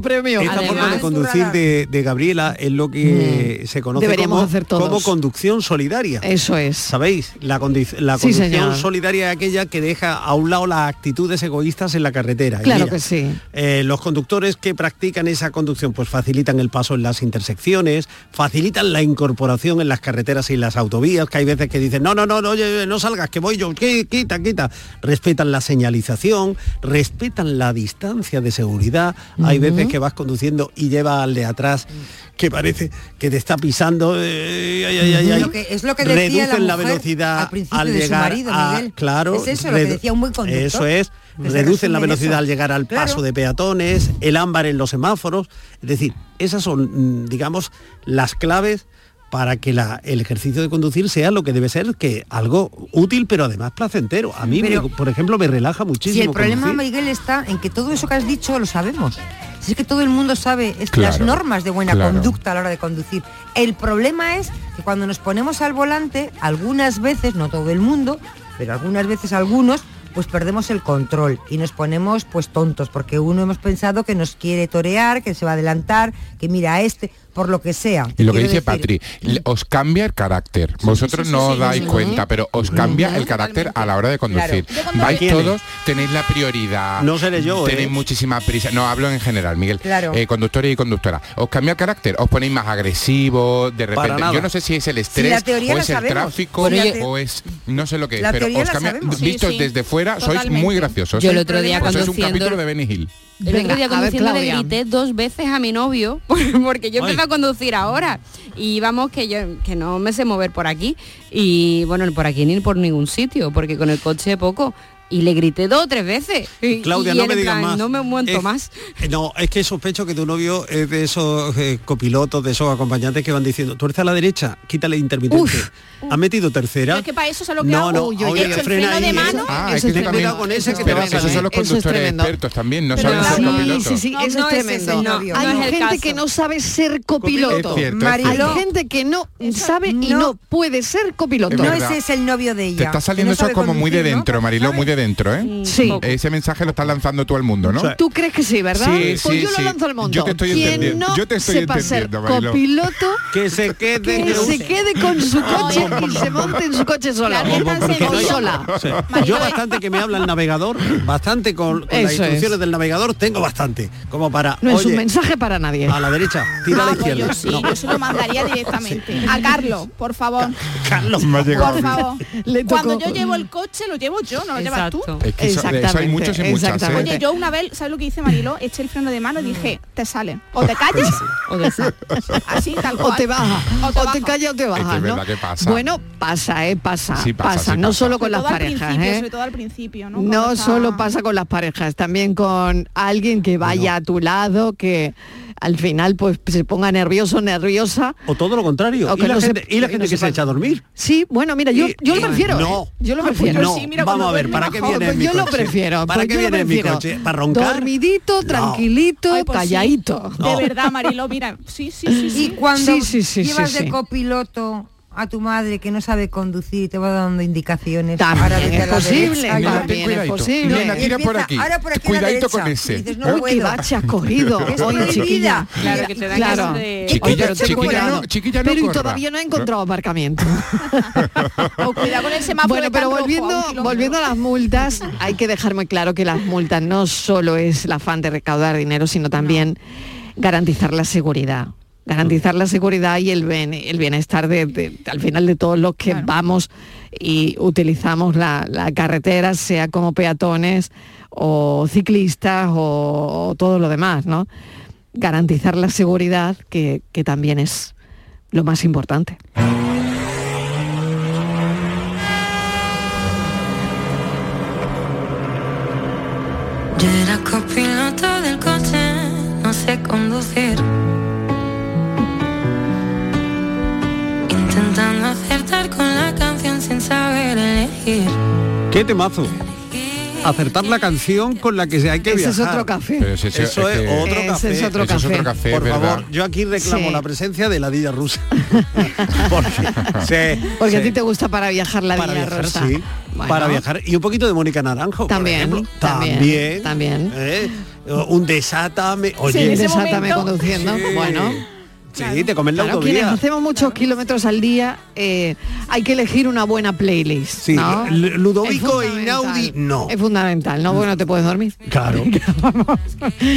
Speaker 6: premio.
Speaker 7: Esta forma de
Speaker 6: Además, Mm.
Speaker 7: conducir de, de Gabriela es lo que se conoce
Speaker 6: Deberíamos
Speaker 7: como,
Speaker 6: hacer todos.
Speaker 7: como conducción solidaria.
Speaker 6: Eso es.
Speaker 7: ¿Sabéis? La, condi- la
Speaker 6: Sí,
Speaker 7: conducción
Speaker 6: señor.
Speaker 7: solidaria es aquella que deja a un lado las actitudes egoístas en la carretera. Y
Speaker 6: Claro
Speaker 7: mira,
Speaker 6: que sí.
Speaker 7: eh, los conductores que practican esa conducción pues facilitan el paso en las intersecciones, facilitan la incorporación en las carreteras y las autovías, que hay veces que dicen, no, no, no, no, oye, no salgas, que voy yo, qui- quita, quita. Respetan la señalización, respetan la distancia de seguridad. Hay
Speaker 17: Ujú.
Speaker 7: veces que vas conduciendo y lleva al de atrás que parece que te está pisando. eh, ay, ay, ay, ay.
Speaker 9: Lo que- es lo que decía
Speaker 7: Reducen
Speaker 9: la,
Speaker 7: la,
Speaker 9: mujer
Speaker 7: velocidad
Speaker 9: al principio
Speaker 7: al
Speaker 9: de su
Speaker 7: llegar
Speaker 9: marido,
Speaker 7: a-
Speaker 9: Miguel.
Speaker 7: claro,
Speaker 9: Es eso lo que
Speaker 7: redu-
Speaker 9: decía un buen conductor.
Speaker 7: Eso es,
Speaker 9: Que se
Speaker 7: reducen la
Speaker 9: resume en
Speaker 7: velocidad
Speaker 9: eso.
Speaker 7: al llegar al
Speaker 9: Claro.
Speaker 7: paso de peatones, el ámbar en los semáforos, es decir, esas son, mm, digamos, las claves para que la- el ejercicio de conducir sea lo que debe ser, que algo útil pero además placentero. A mí, me-
Speaker 9: Pero-
Speaker 7: por ejemplo, me relaja muchísimo.
Speaker 9: Si el problema,
Speaker 7: conducir.
Speaker 9: Miguel, está en que todo eso que has dicho lo sabemos. Si es que todo el mundo sabe es-
Speaker 7: Claro,
Speaker 9: las normas de buena
Speaker 7: claro.
Speaker 9: conducta a la hora de conducir. El problema es que cuando nos ponemos al volante, algunas veces, no todo el mundo, pero algunas veces algunos, pues perdemos el control y nos ponemos pues tontos, porque uno hemos pensado que nos quiere torear, que se va a adelantar, que mira a este, por lo que sea.
Speaker 10: Y lo que
Speaker 9: Quiero
Speaker 10: dice
Speaker 9: decir-
Speaker 10: Patri, le- os cambia el carácter. Vosotros
Speaker 9: sí,
Speaker 10: no
Speaker 9: sí,
Speaker 10: os
Speaker 9: sí,
Speaker 10: dais
Speaker 9: sí.
Speaker 10: cuenta, pero os cambia el carácter a la hora de conducir.
Speaker 7: Claro. Yo cuando
Speaker 10: Vais
Speaker 7: voy-
Speaker 10: todos, tenéis la prioridad.
Speaker 7: No seré yo,
Speaker 10: Tenéis
Speaker 7: ¿eh?
Speaker 10: muchísima prisa. No, hablo en general, Miguel.
Speaker 7: Claro.
Speaker 10: Eh, conductores y conductoras. Os cambia el carácter, os ponéis más agresivos, de
Speaker 7: Para
Speaker 10: repente.
Speaker 7: nada.
Speaker 10: Yo no sé si es el estrés,
Speaker 7: la teoría
Speaker 10: o
Speaker 7: la
Speaker 10: es el
Speaker 7: sabemos.
Speaker 10: tráfico,
Speaker 7: Bueno, yo-
Speaker 10: o es. No sé lo que es,
Speaker 7: La
Speaker 10: pero
Speaker 7: teoría
Speaker 10: os
Speaker 7: la
Speaker 10: cambia.
Speaker 7: sabemos.
Speaker 10: Vistos
Speaker 7: Sí, sí.
Speaker 10: desde fuera, sois
Speaker 14: Totalmente.
Speaker 10: muy graciosos.
Speaker 14: Yo el otro día
Speaker 10: Por eso es un
Speaker 14: conduciendo-
Speaker 10: capítulo de Benny Hill.
Speaker 14: El otro día
Speaker 6: Venga, a ver,
Speaker 14: conduciendo le
Speaker 6: Claudia.
Speaker 14: grité dos veces a mi novio porque yo empecé a conducir ahora y vamos que yo que no me sé mover por aquí y bueno por aquí ni por ningún sitio porque con el coche poco y le grité dos o tres veces y,
Speaker 7: Claudia,
Speaker 14: y
Speaker 7: no
Speaker 14: él
Speaker 7: me
Speaker 14: en
Speaker 7: digas
Speaker 14: plan,
Speaker 7: más.
Speaker 14: no me monto
Speaker 7: Es-
Speaker 14: más
Speaker 7: Eh, No, es que sospecho que tu novio es de esos eh, copilotos, de esos acompañantes que van diciendo, tú eres a la derecha, quítale intermitente. ha metido tercera.
Speaker 12: Yo es que para eso solo que
Speaker 7: No,
Speaker 12: hago-
Speaker 7: no,
Speaker 12: Uy, yo
Speaker 7: oye,
Speaker 12: he hecho el
Speaker 7: frena
Speaker 12: freno de
Speaker 7: ahí, ¿eh?
Speaker 12: mano.
Speaker 10: Ah,
Speaker 7: Eso
Speaker 10: es
Speaker 7: es
Speaker 10: que
Speaker 7: tremendo.
Speaker 10: también,
Speaker 7: Cuidado con ese, que te
Speaker 10: pero
Speaker 7: vas a
Speaker 10: esos son los
Speaker 7: caer. Eso es
Speaker 10: conductores
Speaker 7: tremendo.
Speaker 10: expertos también, no
Speaker 7: Pero
Speaker 10: saben ser
Speaker 7: sí,
Speaker 10: copilotos.
Speaker 6: Sí, sí,
Speaker 14: No,
Speaker 6: eso
Speaker 14: no
Speaker 6: es
Speaker 14: es
Speaker 6: tremendo.
Speaker 14: ese novio.
Speaker 6: Hay
Speaker 14: No es el
Speaker 6: gente
Speaker 14: caso.
Speaker 6: que no sabe ser copiloto.
Speaker 10: Es cierto, es Mariló.
Speaker 6: Hay
Speaker 10: cierto.
Speaker 6: gente que no sabe y no puede ser copiloto.
Speaker 10: Es No, verdad. ese es
Speaker 9: el novio de ella.
Speaker 10: Te está saliendo eso como muy de dentro, Mariló, muy de dentro, ¿eh?
Speaker 6: Sí.
Speaker 10: Ese mensaje lo estás lanzando tú al mundo, ¿no?
Speaker 6: ¿Tú crees que sí, verdad?
Speaker 10: Sí,
Speaker 6: pues
Speaker 10: sí,
Speaker 6: yo
Speaker 10: sí.
Speaker 6: lo lanzo al mundo.
Speaker 10: Yo te estoy
Speaker 6: Quien
Speaker 10: entendiendo,
Speaker 6: no
Speaker 10: yo te estoy
Speaker 6: sepa ser
Speaker 10: entendiendo, Mariló.
Speaker 6: copiloto,
Speaker 7: Que se quede.
Speaker 6: que se quede con su coche y se monte en su coche sola. O sola.
Speaker 7: Sí. Yo bastante que me habla el navegador, bastante con, con las
Speaker 6: Eso es.
Speaker 7: instrucciones del navegador, tengo bastante. Como para.
Speaker 6: No es un
Speaker 7: oye,
Speaker 6: mensaje para nadie.
Speaker 7: A la derecha, tira a la izquierda.
Speaker 12: Ah, pues Yo sí,
Speaker 7: No.
Speaker 12: yo se lo mandaría directamente. A Carlos, por favor.
Speaker 7: Carlos,
Speaker 12: Por favor.
Speaker 6: Le tocó.
Speaker 12: Cuando yo llevo el coche, lo llevo yo, no lo lleva
Speaker 10: Exacto. Es que eso- de eso hay Exactamente, muchos y muchas, ¿eh? exactamente.
Speaker 12: Oye, yo una vez, ¿sabes lo que hice, Mariló? Eché el freno de mano y dije, te sale. O te calles,
Speaker 6: o te sale.
Speaker 12: Así, tal
Speaker 6: O
Speaker 12: cual.
Speaker 6: te baja,
Speaker 12: O te
Speaker 6: o
Speaker 12: baja.
Speaker 6: te calla o te baja,
Speaker 10: es
Speaker 6: ¿no?
Speaker 10: verdad que pasa.
Speaker 6: Bueno, pasa, eh, pasa,
Speaker 10: Sí,
Speaker 6: pasa,
Speaker 10: pasa, sí
Speaker 6: no
Speaker 10: pasa.
Speaker 6: solo con
Speaker 12: Sobre
Speaker 6: las
Speaker 12: todo al
Speaker 6: parejas,
Speaker 12: principio,
Speaker 6: ¿eh?
Speaker 12: Sobre todo al principio, ¿no?
Speaker 6: No
Speaker 12: Cuando está-
Speaker 6: solo pasa con las parejas, también con alguien que vaya a tu lado, que al final pues se ponga nervioso, nerviosa.
Speaker 7: O todo lo contrario.
Speaker 6: O
Speaker 7: Y
Speaker 6: que
Speaker 7: la,
Speaker 6: no se-
Speaker 7: gente, y la
Speaker 6: que
Speaker 7: gente
Speaker 6: no
Speaker 7: que se
Speaker 6: sepa-
Speaker 7: echa a dormir.
Speaker 6: Sí, bueno, mira, yo,
Speaker 7: Eh,
Speaker 6: yo lo
Speaker 7: eh,
Speaker 6: prefiero.
Speaker 7: no.
Speaker 6: ¿eh? Yo lo
Speaker 7: Ah, pues
Speaker 6: prefiero.
Speaker 7: no. Sí, mira, Vamos cuando a ver, duerme ¿para qué mejor. viene en mi
Speaker 6: Yo lo
Speaker 7: coche?
Speaker 6: prefiero.
Speaker 7: ¿Para
Speaker 6: pues
Speaker 7: qué
Speaker 6: yo lo
Speaker 7: viene en mi
Speaker 6: prefiero.
Speaker 7: coche? ¿Para roncar?
Speaker 6: Dormidito,
Speaker 7: No.
Speaker 6: tranquilito,
Speaker 12: Ay, pues sí.
Speaker 6: calladito.
Speaker 12: De verdad, Mariló, mira, sí, sí, sí.
Speaker 9: Y
Speaker 12: sí.
Speaker 9: cuando
Speaker 6: Sí, sí, sí,
Speaker 9: llevas
Speaker 6: sí,
Speaker 9: de
Speaker 6: sí.
Speaker 9: copiloto a tu madre que no sabe conducir y te va dando indicaciones.
Speaker 6: También
Speaker 9: ahora vete
Speaker 6: es
Speaker 9: a la
Speaker 6: posible,
Speaker 9: derecha.
Speaker 6: también
Speaker 9: Ahora, ten
Speaker 6: es
Speaker 9: cuidadito.
Speaker 6: posible.
Speaker 9: Nena,
Speaker 10: tira por
Speaker 9: empieza,
Speaker 10: aquí.
Speaker 9: Ahora por aquí a la
Speaker 10: Cuidadito
Speaker 9: derecha.
Speaker 10: con ese.
Speaker 9: Y dices,
Speaker 10: ¿Eh?
Speaker 9: no
Speaker 10: Uy,
Speaker 6: Uy, qué
Speaker 9: puedo.
Speaker 6: bache has cogido.
Speaker 9: Es
Speaker 6: Oye,
Speaker 9: prohibida.
Speaker 6: chiquilla.
Speaker 9: Claro, que te dan
Speaker 6: Claro.
Speaker 9: ganas de-
Speaker 10: Chiquilla,
Speaker 6: Oye, pero ten
Speaker 10: chiquilla,
Speaker 6: cuidado.
Speaker 10: no, chiquilla, no
Speaker 6: Pero y
Speaker 10: corra.
Speaker 6: todavía no he encontrado aparcamiento.
Speaker 12: O cuidado con el semáforo
Speaker 6: bueno,
Speaker 12: que está
Speaker 6: pero
Speaker 12: en rojo,
Speaker 6: volviendo,
Speaker 12: a un kilómetro.
Speaker 6: volviendo a las multas, hay que dejar muy claro que las multas no solo es el afán de recaudar dinero, sino también garantizar la seguridad. Garantizar la seguridad y el, ben- el bienestar de, de- al final de todos los que vamos y utilizamos la, la carretera, sea como peatones o ciclistas o, o todo lo demás, ¿no? Garantizar la seguridad, que- que también es lo más importante.
Speaker 17: Yo era copiloto del coche, no sé conducir. Intentando acertar con la canción sin saber elegir.
Speaker 7: ¡Qué temazo! Acertar la canción con la que se hay que
Speaker 6: Ese es
Speaker 7: viajar.
Speaker 6: otro café. Pero si ese-
Speaker 7: Eso es
Speaker 6: es que-
Speaker 7: otro
Speaker 6: Ese
Speaker 7: café.
Speaker 6: es otro Ese es otro café. café,
Speaker 7: Por
Speaker 6: ¿verdad?
Speaker 7: favor, yo aquí reclamo
Speaker 6: Sí.
Speaker 7: la presencia de la Dilla rusa. Porque, sí,
Speaker 6: Porque a
Speaker 7: sí.
Speaker 6: ti te gusta para viajar la
Speaker 7: para
Speaker 6: Villa
Speaker 7: viajar,
Speaker 6: Rosa.
Speaker 7: sí.
Speaker 6: Bueno.
Speaker 7: Para viajar. Y un poquito de Mónica Naranjo. por
Speaker 6: También,
Speaker 7: ejemplo.
Speaker 6: también,
Speaker 7: También.
Speaker 6: también.
Speaker 7: ¿eh? Un desátame. Oye,
Speaker 6: en ese Desátame momento. conduciendo, bueno.
Speaker 7: Sí, te comes la
Speaker 6: Claro, quienes
Speaker 7: autovía.
Speaker 6: hacemos muchos kilómetros al día, eh, hay que elegir una buena playlist.
Speaker 7: Sí,
Speaker 6: ¿no?
Speaker 7: L- Ludovico
Speaker 6: Es fundamental.
Speaker 7: Einaudi, no.
Speaker 6: Es fundamental, ¿no? Bueno, te puedes dormir.
Speaker 7: Claro.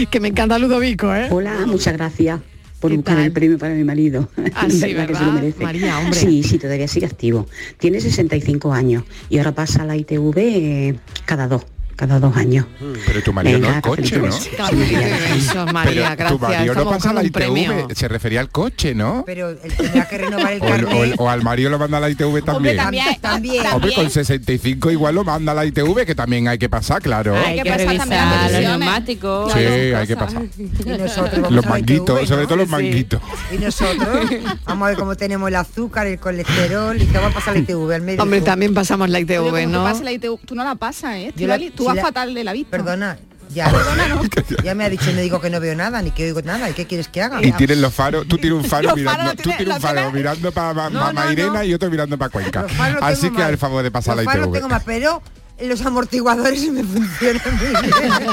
Speaker 6: que me encanta Ludovico, ¿eh?
Speaker 18: Hola, muchas gracias por buscar el premio para mi marido.
Speaker 6: Ah,
Speaker 18: que
Speaker 6: sí,
Speaker 18: se
Speaker 6: ¿verdad?
Speaker 18: lo merece.
Speaker 6: María, hombre.
Speaker 18: Sí, sí, todavía sigue activo. Tiene 65 años y ahora pasa a la ITV eh, cada dos, cada dos años.
Speaker 10: Pero tu marido no
Speaker 18: Venga,
Speaker 10: el coche, ¿no?
Speaker 18: felicidades.
Speaker 6: Eso, María,
Speaker 10: Pero tu
Speaker 6: gracias.
Speaker 10: marido no
Speaker 6: Estamos
Speaker 10: pasa la
Speaker 6: buscando un premio.
Speaker 10: ITV, se refería al coche, ¿no?
Speaker 9: Pero él tendrá que renovar el
Speaker 10: O, el- o el-
Speaker 9: carnet.
Speaker 10: o al marido lo manda a la ITV también.
Speaker 9: también.
Speaker 10: Hombre, con 65 igual lo manda a la ITV, que también hay que pasar, claro.
Speaker 14: Hay que revisar los neumáticos.
Speaker 10: Sí,
Speaker 14: las
Speaker 10: hay que
Speaker 14: cosas.
Speaker 10: pasar.
Speaker 9: Y nosotros vamos
Speaker 10: Los
Speaker 9: a la
Speaker 10: manguitos,
Speaker 9: ITV,
Speaker 10: sobre
Speaker 9: ¿no?
Speaker 10: todo los
Speaker 9: Sí.
Speaker 10: manguitos.
Speaker 9: Y nosotros vamos a ver cómo tenemos el azúcar, el colesterol y qué va a pasar la ITV al médico.
Speaker 6: Hombre, también pasamos la
Speaker 12: Oye,
Speaker 6: ITV,
Speaker 12: como tú
Speaker 6: ¿no?
Speaker 12: pasas la ITV, tú no la pasas, ¿eh?
Speaker 9: Yo la-
Speaker 12: Estivali, tú
Speaker 9: si
Speaker 12: vas
Speaker 9: la-
Speaker 12: fatal de la vista.
Speaker 9: Perdona, ya. Ya me ha dicho, no digo que no veo nada, ni que oigo nada. ¿Y qué quieres que haga?
Speaker 10: Y tienes los faros, tú tienes un faro
Speaker 9: Ah. Los faros
Speaker 10: mirando,
Speaker 9: lo
Speaker 10: tú
Speaker 9: tiene-
Speaker 10: tienes
Speaker 9: lo
Speaker 10: un faro mirando para
Speaker 9: No, no,
Speaker 10: Mairena
Speaker 9: no.
Speaker 10: y otro mirando para Cuenca.
Speaker 9: Los faros los
Speaker 10: Así
Speaker 9: tengo
Speaker 10: que
Speaker 9: mal.
Speaker 10: al favor de pasar la
Speaker 9: Los faros tengo
Speaker 10: ITV.
Speaker 9: más, pero los amortiguadores sí me funcionan muy bien.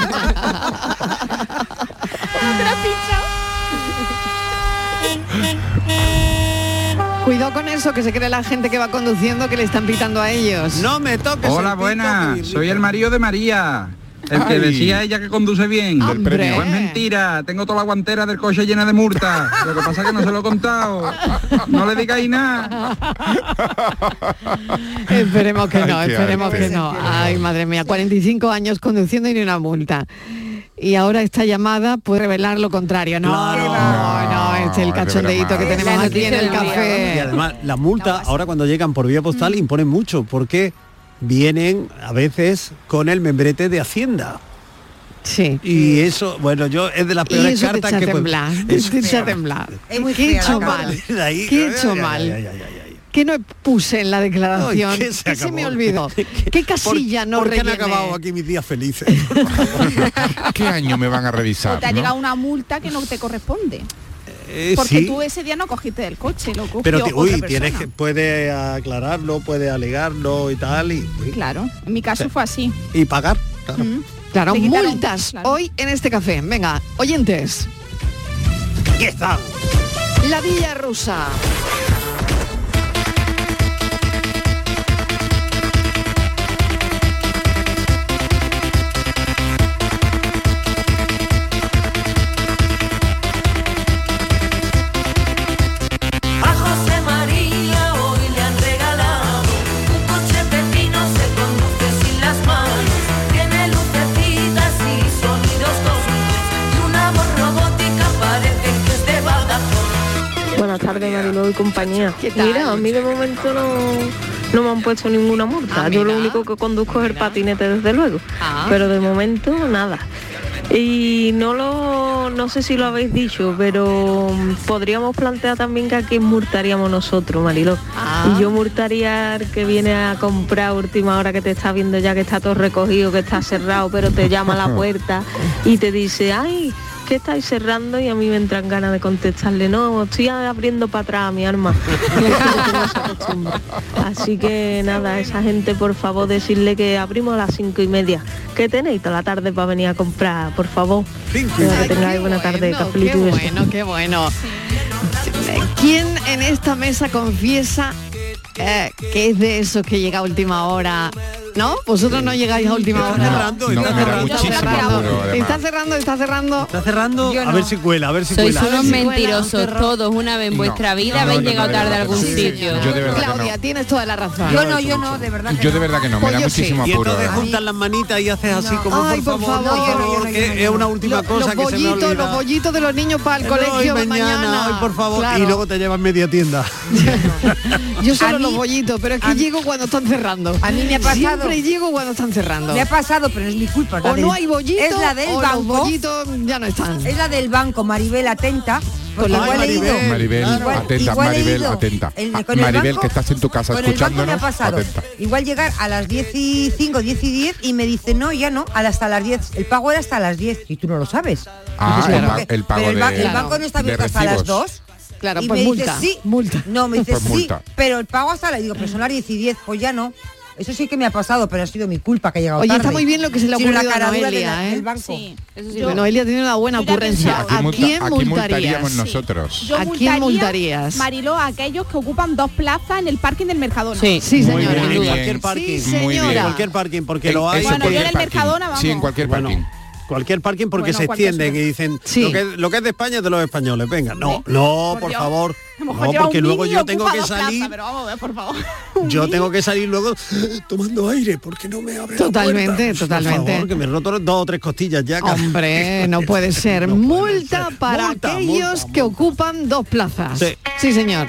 Speaker 6: Cuidado con eso, que se cree la gente que va conduciendo que le están pitando a ellos.
Speaker 7: No me toques.
Speaker 19: Hola, buenas. Soy el marido de María. El que
Speaker 7: Ay.
Speaker 19: decía ella que conduce bien.
Speaker 7: Del Hombre. premio.
Speaker 19: Pues mentira. Tengo toda la guantera del coche llena de multas. Lo que pasa es que no se lo he contado. No le digáis nada.
Speaker 6: Esperemos que no,
Speaker 19: Ay, qué
Speaker 6: esperemos
Speaker 19: arte.
Speaker 6: que no. Ay, madre mía, 45 años conduciendo y ni una multa. Y ahora esta llamada puede revelar lo contrario. No, no, no, Ah, es el cachondeíto que tenemos aquí en el
Speaker 7: Y
Speaker 6: café. Mm.
Speaker 7: además, las multas ahora cuando llegan por vía postal imponen mucho porque vienen a veces con el membrete de Hacienda.
Speaker 6: Sí.
Speaker 7: Y eso, bueno, yo es de las
Speaker 6: Y
Speaker 7: peores
Speaker 6: eso te
Speaker 7: cartas
Speaker 6: echa a
Speaker 7: que puedo-
Speaker 6: temblar,
Speaker 7: Eso-
Speaker 6: te echa a temblar.
Speaker 9: Es muy
Speaker 6: ¿Qué he
Speaker 9: fea la
Speaker 6: hecho
Speaker 9: cara.
Speaker 6: mal?
Speaker 7: De ahí-
Speaker 6: ¿Qué he
Speaker 7: ay,
Speaker 6: hecho
Speaker 7: ay,
Speaker 6: mal? ¿Qué no puse en la declaración?
Speaker 7: Ay,
Speaker 6: ¿Qué
Speaker 7: ¿qué
Speaker 6: se,
Speaker 7: se acabó?
Speaker 6: me olvidó? ¿Qué casilla
Speaker 7: ¿Por,
Speaker 6: no
Speaker 7: ¿por qué han
Speaker 6: rellené?
Speaker 7: acabado aquí mis días felices?
Speaker 10: ¿Qué año me van a revisar?
Speaker 12: Te ha
Speaker 10: no?
Speaker 12: llegado una multa que no te corresponde.
Speaker 7: Eh,
Speaker 12: Porque
Speaker 7: sí.
Speaker 12: tú ese día no cogiste el coche, lo cogió
Speaker 7: Pero te-
Speaker 12: otra
Speaker 7: uy,
Speaker 12: persona.
Speaker 7: tienes que puede aclararlo, puede alegarlo y tal y,
Speaker 12: Claro, en mi caso
Speaker 7: Sí.
Speaker 12: fue así.
Speaker 7: y pagar. Claro.
Speaker 12: Mm.
Speaker 6: Claro,
Speaker 12: Te quitaron,
Speaker 6: multas
Speaker 12: claro.
Speaker 6: hoy en este café. Venga, oyentes.
Speaker 7: Aquí está.
Speaker 6: La Villa Rusa.
Speaker 15: A José María hoy le han regalado un coche pepino, se conduce sin las manos.
Speaker 1: tardes, Mariló y compañía.
Speaker 6: tal?
Speaker 1: Mira, a mí de momento no, no me han puesto ninguna multa.
Speaker 6: Ah,
Speaker 1: Yo lo
Speaker 6: mira. Ah.
Speaker 1: único que conduzco es el patinete, desde luego. Pero de momento nada. Y no lo, no sé si lo habéis dicho, pero mm, podríamos plantear también que aquí multaríamos nosotros, Mariló.
Speaker 6: Ah.
Speaker 1: Y yo multaría al que viene a comprar a última hora que te está viendo ya que está todo recogido, que está cerrado, pero te llama a la puerta y te dice, ay, que estáis cerrando y a mí me entran ganas de contestarle, no, estoy abriendo para atrás mi arma. Eso es lo que no se acostumbra. Así que nada, esa gente por favor decirle que abrimos a las cinco y media, que tenéis toda la tarde para venir a comprar, por favor. Venga, que tengáis buena tarde, cafelito
Speaker 6: Qué
Speaker 1: y besos.
Speaker 6: bueno, qué bueno. ¿Quién en esta mesa confiesa eh, que es de esos que llega a última hora? ¿No? Vosotros no llegáis a última hora.
Speaker 10: No, me da muchísimo apuro, además.
Speaker 6: Está cerrando, está cerrando.
Speaker 7: Está cerrando, a ver si cuela, a ver si
Speaker 14: Sois
Speaker 7: cuela.
Speaker 14: unos mentirosos todos, una vez en vuestra vida
Speaker 10: no,
Speaker 14: habéis
Speaker 10: yo
Speaker 14: llegado
Speaker 10: no,
Speaker 14: tarde
Speaker 10: yo
Speaker 14: a algún
Speaker 10: no. Sí,
Speaker 14: sitio.
Speaker 10: yo de verdad que
Speaker 6: Claudia, tienes toda la razón.
Speaker 10: Yo no, yo
Speaker 6: no, de verdad.
Speaker 10: no. Yo de verdad que no, me da muchísimo
Speaker 7: Y
Speaker 10: apuro.
Speaker 7: entonces
Speaker 10: además.
Speaker 7: juntan las manitas y haces así como
Speaker 6: Ay,
Speaker 7: por,
Speaker 6: por
Speaker 7: favor,
Speaker 6: favor, yo no, yo no,
Speaker 7: que es una última cosa
Speaker 6: los
Speaker 7: que se me ha
Speaker 6: bollitos, los
Speaker 7: olvidado.
Speaker 6: bollitos de los niños para el
Speaker 7: Eh,
Speaker 6: colegio
Speaker 7: no,
Speaker 6: de
Speaker 7: y mañana,
Speaker 6: mañana.
Speaker 7: ay, por favor,
Speaker 6: Claro.
Speaker 7: y luego te llevan media tienda.
Speaker 6: Yo solo los bollitos, pero es que llego cuando están cerrando.
Speaker 9: A mí me ha pasado-
Speaker 6: Siempre llego cuando están cerrando.
Speaker 9: Me ha pasado, pero no es mi culpa. la
Speaker 6: O
Speaker 9: del-
Speaker 6: no hay bollito,
Speaker 9: Es la del
Speaker 6: o los
Speaker 9: banco.
Speaker 6: bollitos ya no están.
Speaker 9: Es la del banco, Maribel, atenta. porque
Speaker 10: Ay,
Speaker 9: igual he ido-
Speaker 10: Maribel,
Speaker 9: igual-
Speaker 10: atenta,
Speaker 9: igual he
Speaker 10: Maribel,
Speaker 9: ido.
Speaker 10: atenta.
Speaker 9: El-
Speaker 10: Ah,
Speaker 9: con el
Speaker 10: Maribel,
Speaker 9: banco-
Speaker 10: que estás en tu casa
Speaker 9: Con el banco me ha
Speaker 10: escuchándonos,
Speaker 9: pasado.
Speaker 10: atenta.
Speaker 9: Igual llegar a las 10 y 5, 10 y 10 y me dice, no, ya no, a- hasta las 10. El pago era hasta las 10 y tú no lo sabes.
Speaker 10: Ah,
Speaker 9: Dices,
Speaker 10: el
Speaker 9: "¿Por
Speaker 10: ba-
Speaker 9: qué?".
Speaker 10: el pago
Speaker 9: Pero el, ba-
Speaker 10: de-
Speaker 9: el banco no está
Speaker 10: de
Speaker 9: abierto hasta las
Speaker 10: recibos.
Speaker 9: 2.
Speaker 6: Claro,
Speaker 9: y
Speaker 6: pues
Speaker 9: me
Speaker 6: multa,
Speaker 9: dice, sí.
Speaker 6: multa.
Speaker 9: No, me dice,
Speaker 10: Pues
Speaker 9: sí,
Speaker 10: multa.
Speaker 9: pero el pago hasta las... Digo, pero son las 10 y 10, pues ya no. Eso sí que me ha pasado, pero ha sido mi culpa que he llegado
Speaker 6: Oye,
Speaker 9: tarde.
Speaker 6: está muy bien lo que se le ha
Speaker 9: Sino
Speaker 6: ocurrido a
Speaker 9: la caradura de
Speaker 6: Noelia,
Speaker 9: la-
Speaker 6: ¿eh?
Speaker 9: del banco.
Speaker 6: Bueno, Noelia tiene una buena ocurrencia.
Speaker 10: Aquí,
Speaker 6: ¿A
Speaker 10: multa-
Speaker 6: quién
Speaker 10: aquí
Speaker 6: multarías?
Speaker 10: multaríamos nosotros.
Speaker 12: Yo
Speaker 6: ¿A quién multarías?
Speaker 12: Mariló, a aquellos que ocupan dos plazas en el parking del Mercadona.
Speaker 10: Muy
Speaker 6: sí señora.
Speaker 10: bien,
Speaker 6: sin duda.
Speaker 7: Cualquier parking.
Speaker 6: Sí, señora.
Speaker 7: Cualquier parking, porque
Speaker 10: En-
Speaker 7: lo hay.
Speaker 10: eso,
Speaker 12: Bueno, yo en el
Speaker 10: cualquier parking.
Speaker 12: Mercadona, vamos.
Speaker 10: Sí, en cualquier
Speaker 7: Bueno,
Speaker 10: parking.
Speaker 7: Cualquier parking porque
Speaker 12: Bueno,
Speaker 7: se
Speaker 12: cualquier
Speaker 7: extienden y dicen
Speaker 6: Sí.
Speaker 7: lo, que, lo que es de España es de los españoles. Venga, no, no, por
Speaker 12: Dios.
Speaker 7: favor.
Speaker 12: A lo mejor
Speaker 7: No,
Speaker 12: lleva
Speaker 7: porque
Speaker 12: un
Speaker 7: luego
Speaker 12: niño y
Speaker 7: yo tengo
Speaker 12: ocupa
Speaker 7: que
Speaker 12: dos
Speaker 7: salir,
Speaker 12: plazas, pero vamos a ver, por favor.
Speaker 7: yo tengo que salir luego tomando aire porque no me abre la
Speaker 6: Totalmente,
Speaker 7: puerta. Por
Speaker 6: totalmente.
Speaker 7: favor, que me he roto dos o tres costillas ya. casi.
Speaker 6: Hombre, no puede ser. multa para
Speaker 7: Multa,
Speaker 6: aquellos
Speaker 7: multa,
Speaker 6: que ocupan dos plazas.
Speaker 7: Sí.
Speaker 6: señor.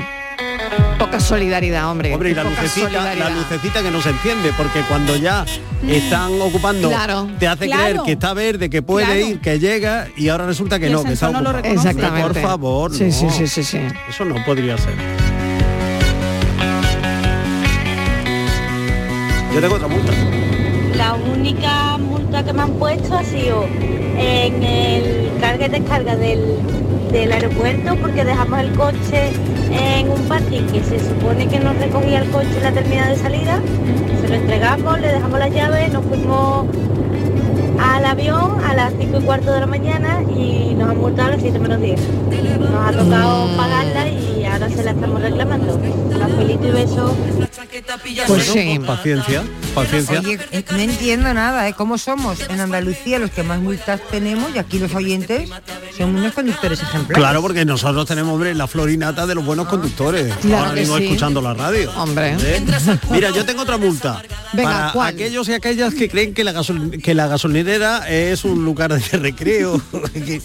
Speaker 6: Poca solidaridad, hombre.
Speaker 7: Hombre, y la
Speaker 6: Poca
Speaker 7: lucecita, la
Speaker 6: solidaridad. Mm.
Speaker 7: lucecita que no se enciende, porque cuando ya están ocupando,
Speaker 6: Claro.
Speaker 7: te hace creer
Speaker 6: Claro.
Speaker 7: que está verde, que puede
Speaker 6: Claro.
Speaker 7: ir, que llega, y ahora resulta que
Speaker 6: Y el
Speaker 7: no, que está
Speaker 6: sensor no lo
Speaker 7: ocupado.
Speaker 6: reconoce. Exactamente.
Speaker 7: Por favor,
Speaker 6: Sí,
Speaker 7: no.
Speaker 6: sí, sí, sí, sí.
Speaker 7: Eso no podría ser. Yo tengo otra multa.
Speaker 4: La única multa que me han puesto ha sido en el carga y descarga del, del aeropuerto porque dejamos el coche en un parking que se supone que nos recogía el coche en la terminal de salida. Se lo entregamos, le dejamos las llaves, nos fuimos al avión a las 5 y cuarto de la mañana y nos han multado a las 7 menos 10. Nos ha tocado pagarla y ahora se la estamos reclamando. Cafelito y beso.
Speaker 7: Pues sí. Paciencia, paciencia.
Speaker 9: Oye, eh, no entiendo nada, ¿eh? ¿Cómo somos? En Andalucía los que más multas tenemos y aquí los oyentes son unos conductores ejemplares.
Speaker 7: Claro, porque nosotros tenemos, hombre, la florinata de los
Speaker 6: Ah,
Speaker 7: buenos conductores.
Speaker 9: Claro
Speaker 7: Ahora
Speaker 9: que
Speaker 7: mismo
Speaker 9: sí.
Speaker 7: escuchando la radio.
Speaker 6: Hombre.
Speaker 7: ¿Eh? Mira, yo tengo otra multa.
Speaker 6: Venga,
Speaker 7: para
Speaker 6: ¿cuál?
Speaker 7: aquellos y aquellas que creen que la, gasol- que la gasolinera es un lugar de recreo que-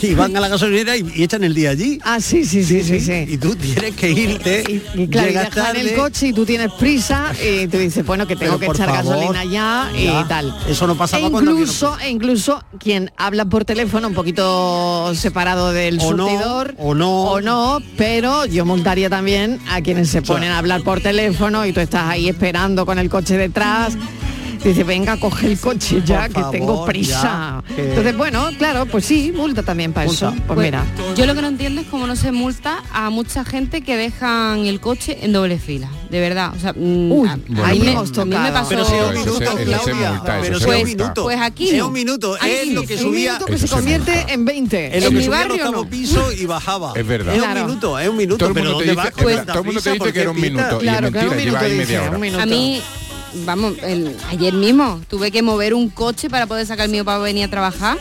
Speaker 7: y van a la gasolinera y, y echan el día allí.
Speaker 6: Ah, sí, sí, sí, sí, sí.
Speaker 7: Y tú tienes que irte.
Speaker 6: Y claro, y
Speaker 7: llegas
Speaker 6: dejan el
Speaker 7: tarde,
Speaker 6: coche y tú tienes prisa y tú dices, bueno, que tengo
Speaker 7: pero
Speaker 6: que
Speaker 7: por
Speaker 6: echar
Speaker 7: favor,
Speaker 6: gasolina ya y
Speaker 7: ya.
Speaker 6: tal.
Speaker 7: Eso no pasaba
Speaker 6: E
Speaker 7: cuando había
Speaker 6: incluso, e incluso quien habla por teléfono un poquito separado del
Speaker 7: O no,
Speaker 6: surtidor
Speaker 7: o no.
Speaker 6: o no, pero yo multaría también a quienes se ponen a hablar por teléfono y tú estás ahí esperando con el coche detrás. Dice, venga, coge el coche ya,
Speaker 14: Por
Speaker 6: que tengo
Speaker 14: favor,
Speaker 6: prisa.
Speaker 14: ya, que-
Speaker 6: Entonces, bueno, claro, pues sí, multa también para eso. Pues mira.
Speaker 14: Yo lo que no entiendo es cómo no se multa a mucha gente que dejan el coche en doble fila. De verdad. O sea, mm,
Speaker 6: Uy,
Speaker 14: a-
Speaker 6: Bueno,
Speaker 14: a mí
Speaker 6: pero-
Speaker 14: me,
Speaker 6: hemos
Speaker 14: a mí me
Speaker 6: tocado.
Speaker 14: pasó.
Speaker 6: Pero si es un Eso se- minuto, eso se Claudia. multa, eso
Speaker 14: Pues,
Speaker 6: se multa.
Speaker 14: pues aquí.
Speaker 7: Sea
Speaker 14: no.
Speaker 7: un minuto,
Speaker 14: Aquí
Speaker 7: es lo
Speaker 14: no.
Speaker 7: que subía.
Speaker 6: Un minuto que se convierte en 20.
Speaker 7: En lo que
Speaker 6: mi
Speaker 7: subía al
Speaker 6: barrio
Speaker 7: octavo
Speaker 6: no.
Speaker 7: piso y bajaba.
Speaker 10: Es verdad.
Speaker 7: Es
Speaker 10: Claro.
Speaker 7: un minuto, es un minuto.
Speaker 10: Todo el
Speaker 7: pero
Speaker 10: mundo te
Speaker 7: ¿dónde
Speaker 10: dice-
Speaker 7: vas
Speaker 10: es
Speaker 7: con
Speaker 10: verdad,
Speaker 7: tanta
Speaker 10: todo el mundo te
Speaker 7: prisa?
Speaker 10: dice
Speaker 7: ¿Por
Speaker 10: que
Speaker 7: qué
Speaker 10: era un
Speaker 7: pita?
Speaker 10: minuto, y es Claro, claro, un mentira, lleva minuto ahí dice, media hora. un
Speaker 14: A mí, vamos, el- ayer mismo tuve que mover un coche para poder sacar el mío para venir a trabajar.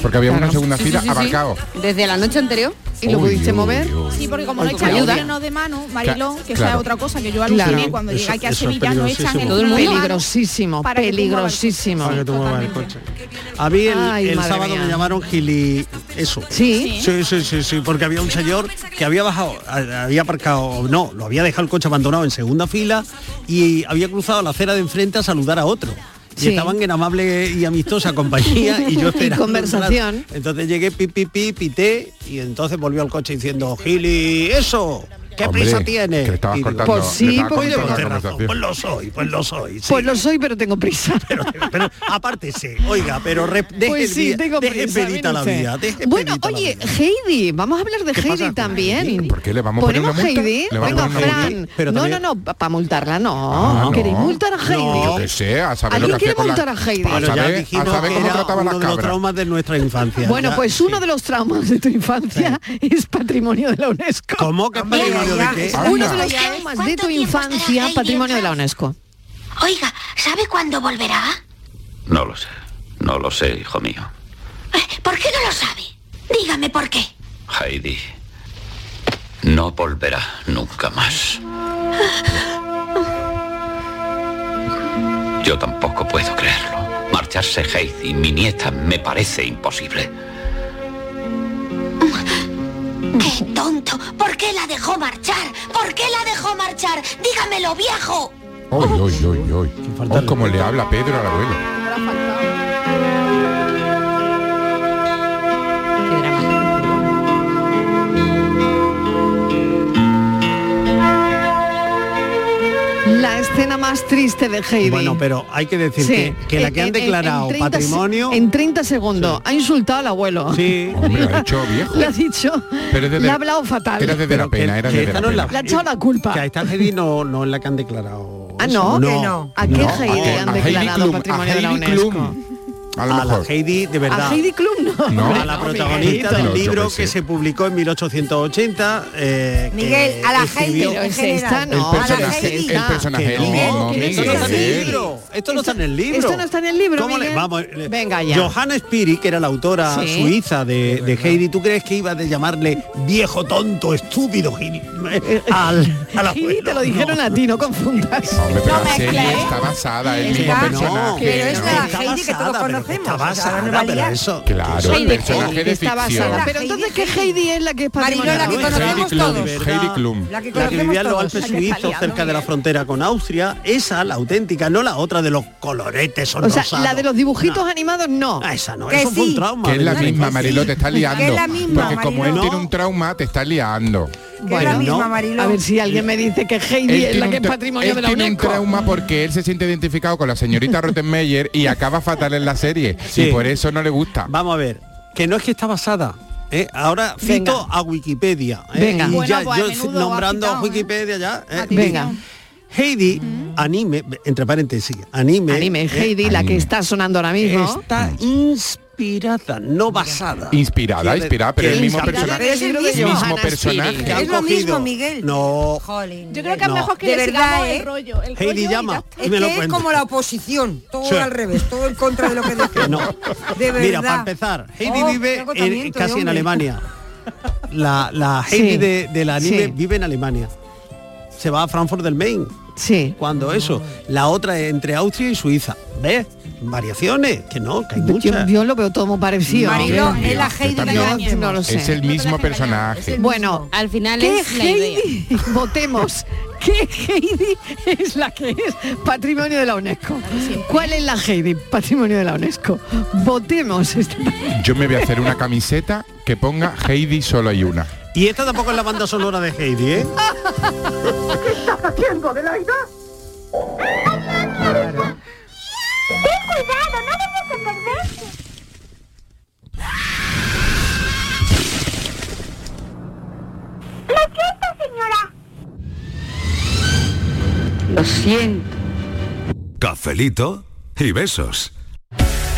Speaker 10: Porque había una segunda
Speaker 14: Sí, sí,
Speaker 10: fila
Speaker 14: sí, sí.
Speaker 10: abarcado.
Speaker 14: Desde la noche anterior.
Speaker 6: ¿Y lo pudiste mover?
Speaker 12: Sí, porque como no
Speaker 14: Ay,
Speaker 12: echan
Speaker 14: ayuda.
Speaker 12: el freno de mano, Mariló,
Speaker 14: Cla-
Speaker 12: que esa
Speaker 14: claro.
Speaker 12: es otra cosa que yo aluciné
Speaker 6: Claro.
Speaker 12: cuando
Speaker 6: Eso-
Speaker 12: llegué aquí a
Speaker 6: eso es
Speaker 12: Sevilla, no echan el
Speaker 6: peligrosísimo. Todo el
Speaker 12: freno de mano.
Speaker 6: Peligrosísimo,
Speaker 12: para que tú muevas el coche.
Speaker 6: peligrosísimo.
Speaker 7: Para que tú muevas el coche. A mí el,
Speaker 6: Ay,
Speaker 7: el
Speaker 6: madre
Speaker 7: sábado
Speaker 6: mía.
Speaker 7: me llamaron gili... Eso.
Speaker 6: ¿Sí?
Speaker 7: Sí, sí, sí, sí, porque había un señor que había bajado, a- había aparcado, no, lo había dejado el coche abandonado en segunda fila y había cruzado la acera de enfrente a saludar a otro. Y
Speaker 6: Sí.
Speaker 7: estaban en amable y amistosa compañía y
Speaker 6: Y
Speaker 7: yo esperando.
Speaker 6: conversación.
Speaker 7: entrar. Entonces llegué, pi, pi, pi, pité y entonces volvió al coche diciendo, Gili, eso, ¿qué
Speaker 10: Hombre,
Speaker 7: prisa tienes?
Speaker 10: que le estabas
Speaker 7: Y digo,
Speaker 10: cortando- Pues le sí, estabas porque- cortando la
Speaker 7: Tienes razón,
Speaker 10: conversación.
Speaker 7: pues lo soy, pues lo soy. sí.
Speaker 6: Pues lo soy, pero tengo prisa.
Speaker 7: Pero apártese, oiga, pero re- deje,
Speaker 6: Pues
Speaker 7: el
Speaker 6: sí,
Speaker 7: día-
Speaker 6: tengo
Speaker 7: deje
Speaker 6: prisa,
Speaker 7: pedita
Speaker 6: mire
Speaker 7: la
Speaker 6: usted.
Speaker 7: vida. deje
Speaker 6: Bueno,
Speaker 7: pedita la
Speaker 6: oye, Heidi, vamos a hablar de Heidi también.
Speaker 10: ¿Por qué le vamos a poner una
Speaker 6: ¿Ponemos
Speaker 10: multa?
Speaker 6: Heidi?
Speaker 10: ¿Le vamos a
Speaker 6: Venga,
Speaker 10: poner una multa?
Speaker 6: Fran. no, no, no, para multarla no.
Speaker 10: Ah, no.
Speaker 6: ¿Queréis multar a Heidi?
Speaker 10: Yo qué sé, a saber lo
Speaker 6: ¿Alguien
Speaker 10: que hacía
Speaker 6: quiere
Speaker 10: con la-
Speaker 6: multar a Heidi?
Speaker 10: A
Speaker 7: Bueno, ya
Speaker 10: saber-
Speaker 7: dijimos
Speaker 10: a saber
Speaker 7: que
Speaker 10: cómo
Speaker 7: era
Speaker 10: trataba
Speaker 7: uno
Speaker 10: las
Speaker 7: de los
Speaker 10: cabras.
Speaker 7: traumas de nuestra infancia.
Speaker 6: Bueno,
Speaker 7: ya.
Speaker 6: pues uno de los traumas de tu infancia es patrimonio de la UNESCO.
Speaker 7: ¿Cómo que es patrimonio de qué?
Speaker 6: Uno de los traumas de tu infancia, patrimonio de la UNESCO.
Speaker 5: Oiga, ¿sabe cuándo volverá?
Speaker 8: No lo sé. No lo sé, hijo mío.
Speaker 5: Eh, ¿Por qué no lo sabe? Dígame por qué.
Speaker 8: Heidi. No volverá nunca más. Yo tampoco puedo creerlo. Marcharse Heidi, mi nieta, me parece imposible.
Speaker 5: ¡Qué tonto! ¿Por qué la dejó marchar? ¿Por qué la dejó marchar? Dígamelo, viejo.
Speaker 10: Hoy, hoy, hoy, hoy. como Oh, le habla Pedro al abuelo.
Speaker 6: La escena más triste de Heidi.
Speaker 7: Bueno, pero hay que decir
Speaker 6: Sí.
Speaker 7: que, que la
Speaker 6: En-
Speaker 7: que han
Speaker 6: en- en- en
Speaker 7: declarado
Speaker 6: 30 se-
Speaker 7: patrimonio...
Speaker 6: En 30 segundos. Ha insultado al abuelo.
Speaker 7: Sí.
Speaker 10: Hombre, ha dicho viejo.
Speaker 6: Le ha dicho.
Speaker 10: Pero es desde
Speaker 6: le ha
Speaker 10: la-
Speaker 6: hablado fatal.
Speaker 10: Era desde la pena, era
Speaker 7: que
Speaker 10: desde la
Speaker 7: esta no es
Speaker 10: pena.
Speaker 7: la-
Speaker 6: Le ha echado la culpa.
Speaker 7: Que a esta Heidi no, no es la que han declarado.
Speaker 6: Ah,
Speaker 7: eso.
Speaker 6: no, que no. ¿A qué Heidi
Speaker 7: que-
Speaker 6: han
Speaker 7: a
Speaker 6: declarado
Speaker 7: Klum,
Speaker 6: patrimonio
Speaker 7: a
Speaker 6: de la
Speaker 7: Heidi
Speaker 6: UNESCO?
Speaker 7: Klum.
Speaker 10: A,
Speaker 7: la Heidi, de verdad.
Speaker 6: A Heidi Klum no.
Speaker 7: No,
Speaker 6: Hombre,
Speaker 7: a la
Speaker 6: no,
Speaker 7: protagonista
Speaker 6: Miguelito.
Speaker 7: del libro que se publicó en 1880. eh,
Speaker 9: Miguel,
Speaker 7: que
Speaker 9: a la
Speaker 7: escribió-
Speaker 9: Heidi en Pero es esta, general. no,
Speaker 7: El
Speaker 9: a la
Speaker 7: personaje-
Speaker 9: Heidi.
Speaker 6: Ah,
Speaker 7: el personaje
Speaker 9: Que
Speaker 7: es
Speaker 9: no,
Speaker 7: el mismo,
Speaker 9: que no
Speaker 7: Miguel.
Speaker 9: está en el
Speaker 7: Miguel.
Speaker 9: libro.
Speaker 7: Esto no está en el libro.
Speaker 6: Esto no está en el libro,
Speaker 7: ¿Cómo le-
Speaker 6: Miguel?
Speaker 7: vamos, eh,
Speaker 6: Venga ya.
Speaker 7: Johanna Spiri, que era la autora
Speaker 6: Sí.
Speaker 7: suiza de, de Heidi, ¿tú crees que iba a llamarle viejo tonto, estúpido Gil, eh, al, al
Speaker 6: Heidi,
Speaker 7: abuelo?
Speaker 6: te lo dijeron a ti, no confundas.
Speaker 10: Hombre, pero la serie está basada en el mismo
Speaker 6: Está-
Speaker 10: personaje.
Speaker 6: pero es la
Speaker 10: ¿no?
Speaker 6: Heidi que todos conocemos,
Speaker 7: Está basada, pero eso...
Speaker 10: Claro, el
Speaker 7: Heidi
Speaker 10: personaje de
Speaker 6: Está basada.
Speaker 10: ficción.
Speaker 6: Pero entonces que Heidi es la que es patrimonio. de la
Speaker 7: Marinola, que
Speaker 6: UNESCO?
Speaker 10: Heidi Klum, Heidi Klum.
Speaker 7: La que,
Speaker 6: conocemos
Speaker 7: vivía en los
Speaker 6: todos.
Speaker 7: Alpes
Speaker 6: La que está
Speaker 7: suizos, cerca de la frontera con Austria, esa, la auténtica, no la otra de los coloretes son
Speaker 6: O sea,
Speaker 7: rosados.
Speaker 6: la de los dibujitos animados no.
Speaker 7: esa no, eso fue un trauma.
Speaker 10: Que es la
Speaker 7: ¿verdad?
Speaker 10: misma, Mariló, te está liando.
Speaker 6: Que es la misma,
Speaker 10: Porque como él
Speaker 6: Mariló.
Speaker 10: tiene un trauma, te está liando.
Speaker 6: Bueno, a ver si alguien me dice que Heidi es
Speaker 10: tiene
Speaker 6: la que
Speaker 10: un
Speaker 6: es
Speaker 10: tra-
Speaker 6: patrimonio
Speaker 10: él
Speaker 6: de la
Speaker 10: tiene un
Speaker 6: UNESCO.
Speaker 10: trauma porque él se siente identificado con la señorita Rottenmeier y acaba fatal en la serie. Y por eso no le gusta.
Speaker 7: Vamos a ver, que no es que está basada. ¿eh? Ahora cito
Speaker 10: Venga.
Speaker 7: a Wikipedia. ¿eh?
Speaker 6: Venga.
Speaker 7: Y
Speaker 6: Bueno,
Speaker 7: ya,
Speaker 6: pues,
Speaker 7: yo
Speaker 6: menudo
Speaker 7: nombrando a
Speaker 6: agitado, ¿eh?
Speaker 7: Wikipedia ya. ¿eh?
Speaker 6: Venga.
Speaker 7: Heidi, anime, entre paréntesis, anime.
Speaker 6: Anime,
Speaker 7: ¿eh?
Speaker 6: Heidi, la que está sonando ahora mismo.
Speaker 7: Está inspirada, no basada.
Speaker 10: Inspirada, inspirada, pero
Speaker 7: que
Speaker 10: el mismo
Speaker 7: inspirada
Speaker 10: personaje.
Speaker 7: es el
Speaker 10: el
Speaker 7: mismo.
Speaker 10: mismo
Speaker 7: Hannah
Speaker 10: personaje.
Speaker 7: Spiri.
Speaker 9: Es lo mismo,
Speaker 7: cogido.
Speaker 9: Miguel.
Speaker 7: No.
Speaker 9: Yo
Speaker 12: creo que es
Speaker 7: No.
Speaker 12: mejor que
Speaker 9: De
Speaker 12: le
Speaker 9: verdad,
Speaker 12: sigamos
Speaker 9: ¿eh?
Speaker 12: el rollo. El
Speaker 7: Heidi
Speaker 12: rollo y
Speaker 7: llama.
Speaker 12: ya está.
Speaker 7: Y
Speaker 9: Es
Speaker 7: me lo
Speaker 9: que es
Speaker 7: cuenta.
Speaker 9: como la oposición, todo
Speaker 7: Sí.
Speaker 9: al revés, todo en contra de lo que decimos. De verdad.
Speaker 7: Mira, para empezar, Heidi
Speaker 9: Oh, qué
Speaker 7: vive en-
Speaker 9: agotamiento,
Speaker 7: casi en
Speaker 9: hombre.
Speaker 7: Alemania. La, la Heidi
Speaker 6: Sí.
Speaker 7: de, del anime
Speaker 6: Sí.
Speaker 7: vive en Alemania. Se va a Frankfurt del Main.
Speaker 6: Sí. Ah.
Speaker 7: Cuando eso. La otra es entre Austria y Suiza. ¿Ves? Variaciones, que no, que hay
Speaker 6: Yo,
Speaker 7: muchas.
Speaker 6: yo lo veo todo muy parecido.
Speaker 7: Mariló, es la
Speaker 10: Heidi que
Speaker 6: no, no lo sé.
Speaker 10: Es el mismo personaje.
Speaker 6: Bueno, al final ¿qué
Speaker 14: es la
Speaker 6: Heidi? Votemos. ¿Qué Heidi es la que es patrimonio de la UNESCO? ¿Cuál es la Heidi patrimonio de la UNESCO? Votemos. este esta-
Speaker 10: Yo me voy a hacer una camiseta que ponga Heidi solo hay una.
Speaker 7: Y esta tampoco es la banda sonora de Heidi, ¿eh?
Speaker 15: ¿Qué estás haciendo, Adelaida? Ten cuidado, no debes envolverte. Lo siento, señora.
Speaker 11: Lo siento.
Speaker 2: Cafelito y besos.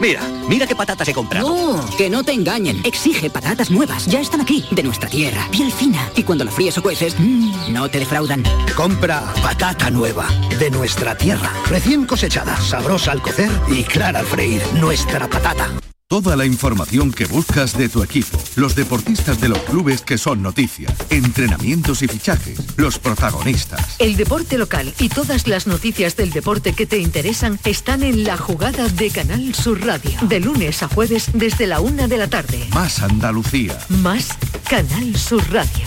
Speaker 16: Mira, mira qué patatas he comprado. No, que no te engañen. Exige patatas nuevas. Ya están aquí, de nuestra tierra, piel fina. Y cuando las fríes o cueces, mmm, no te defraudan.
Speaker 20: Compra patata nueva, de nuestra tierra. Recién cosechada, sabrosa al cocer y clara al freír. Nuestra patata.
Speaker 2: Toda la información que buscas de tu equipo, los deportistas de los clubes que son noticia, entrenamientos y fichajes, los protagonistas.
Speaker 21: El deporte local y todas las noticias del deporte que te interesan están en la jugada de Canal Sur Radio. De lunes a jueves desde la una de la tarde.
Speaker 2: Más Andalucía.
Speaker 21: Más Canal Sur Radio.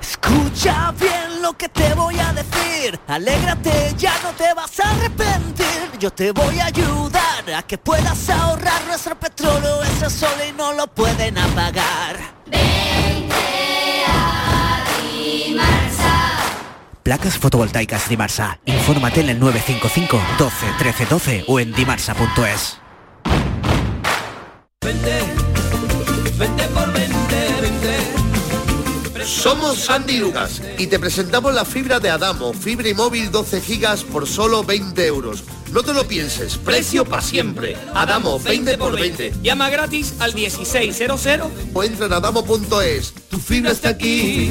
Speaker 22: Escucha bien lo que te voy a decir. Alégrate, ya no te vas a arrepentir. Yo te voy a ayudar a que puedas ahorrar nuestro petróleo. Ese sol y no lo pueden apagar.
Speaker 23: Placas fotovoltaicas Dimarsa. Infórmate en el 955 12 13 12 o en dimarsa.es.
Speaker 15: Vente, vente por vente, vente.
Speaker 24: Somos Sandy Lucas y te presentamos la fibra de Adamo, fibra y móvil 12 gigas por solo 20 euros. No te lo pienses, precio para siempre. Adamo, 20 por 20. Llama gratis al 1600 o entra en adamo.es. Tu fibra está aquí.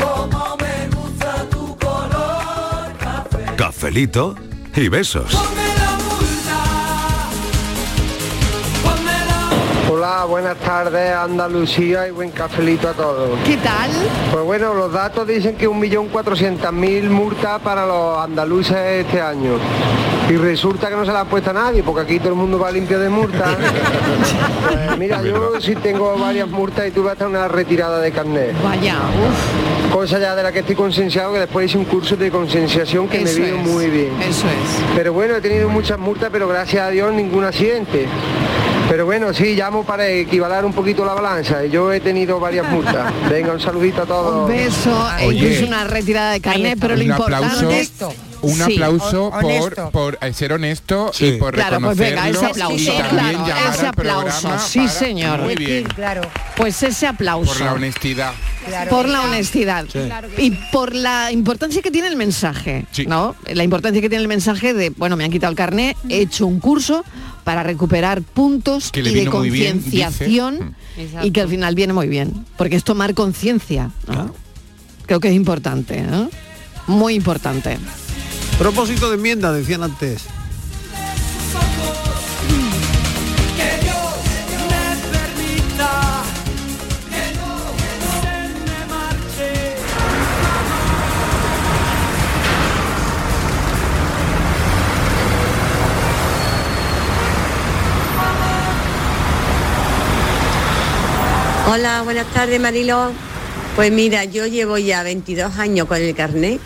Speaker 15: Como me gusta tu color
Speaker 2: Cafelito y besos.
Speaker 25: Hola, buenas tardes Andalucía y buen cafelito a todos.
Speaker 6: ¿Qué tal?
Speaker 25: Pues bueno, los datos dicen que 1.400.000 multas para los andaluces este año. Y resulta que no se la ha puesto a nadie, porque aquí todo el mundo va limpio de multas. Pues mira, yo sí tengo varias multas y tuve hasta una retirada de carnet.
Speaker 6: Vaya, uff.
Speaker 25: Cosa ya de la que estoy concienciado, que después hice un curso de concienciación que
Speaker 6: Eso
Speaker 25: me vino
Speaker 6: es,
Speaker 25: muy bien.
Speaker 6: Eso es.
Speaker 25: Pero bueno, he tenido muchas multas, pero gracias a Dios ningún accidente. Pero bueno, sí, llamo para equivalar un poquito la balanza. Yo he tenido varias multas. Venga, un saludito a todos.
Speaker 6: Un beso, e
Speaker 25: Oye.
Speaker 6: incluso una retirada de carnet, pero lo
Speaker 25: Un
Speaker 6: importante
Speaker 25: aplauso.
Speaker 6: Honesto.
Speaker 10: Un
Speaker 6: Sí.
Speaker 10: aplauso
Speaker 6: Hon-
Speaker 10: por,
Speaker 6: honesto.
Speaker 10: por eh, ser honesto y por
Speaker 6: Claro, pues venga, ese
Speaker 10: reconocerlo
Speaker 6: aplauso,
Speaker 10: y también
Speaker 6: claro,
Speaker 10: llamar
Speaker 6: ese
Speaker 10: al programa
Speaker 6: aplauso,
Speaker 10: para-
Speaker 6: sí señor.
Speaker 10: Muy bien,
Speaker 26: Claro,
Speaker 6: Pues ese aplauso.
Speaker 10: por la honestidad.
Speaker 6: por la honestidad
Speaker 10: Sí. Claro
Speaker 6: y por la importancia que tiene el mensaje, ¿no? La importancia que tiene el mensaje de, bueno, me han quitado el carné, he hecho un curso para recuperar puntos
Speaker 10: Que
Speaker 6: y
Speaker 10: le
Speaker 6: de
Speaker 10: vino muy bien, dice.
Speaker 6: concienciación
Speaker 10: Mm.
Speaker 6: y que al final viene muy bien, porque es tomar conciencia, ¿no? Creo que es importante, ¿no? Muy importante.
Speaker 7: Propósito de enmienda, decían antes.
Speaker 15: que Dios me permita
Speaker 27: Hola, buenas tardes Marilo. Pues mira, yo llevo ya 22 años con el carnet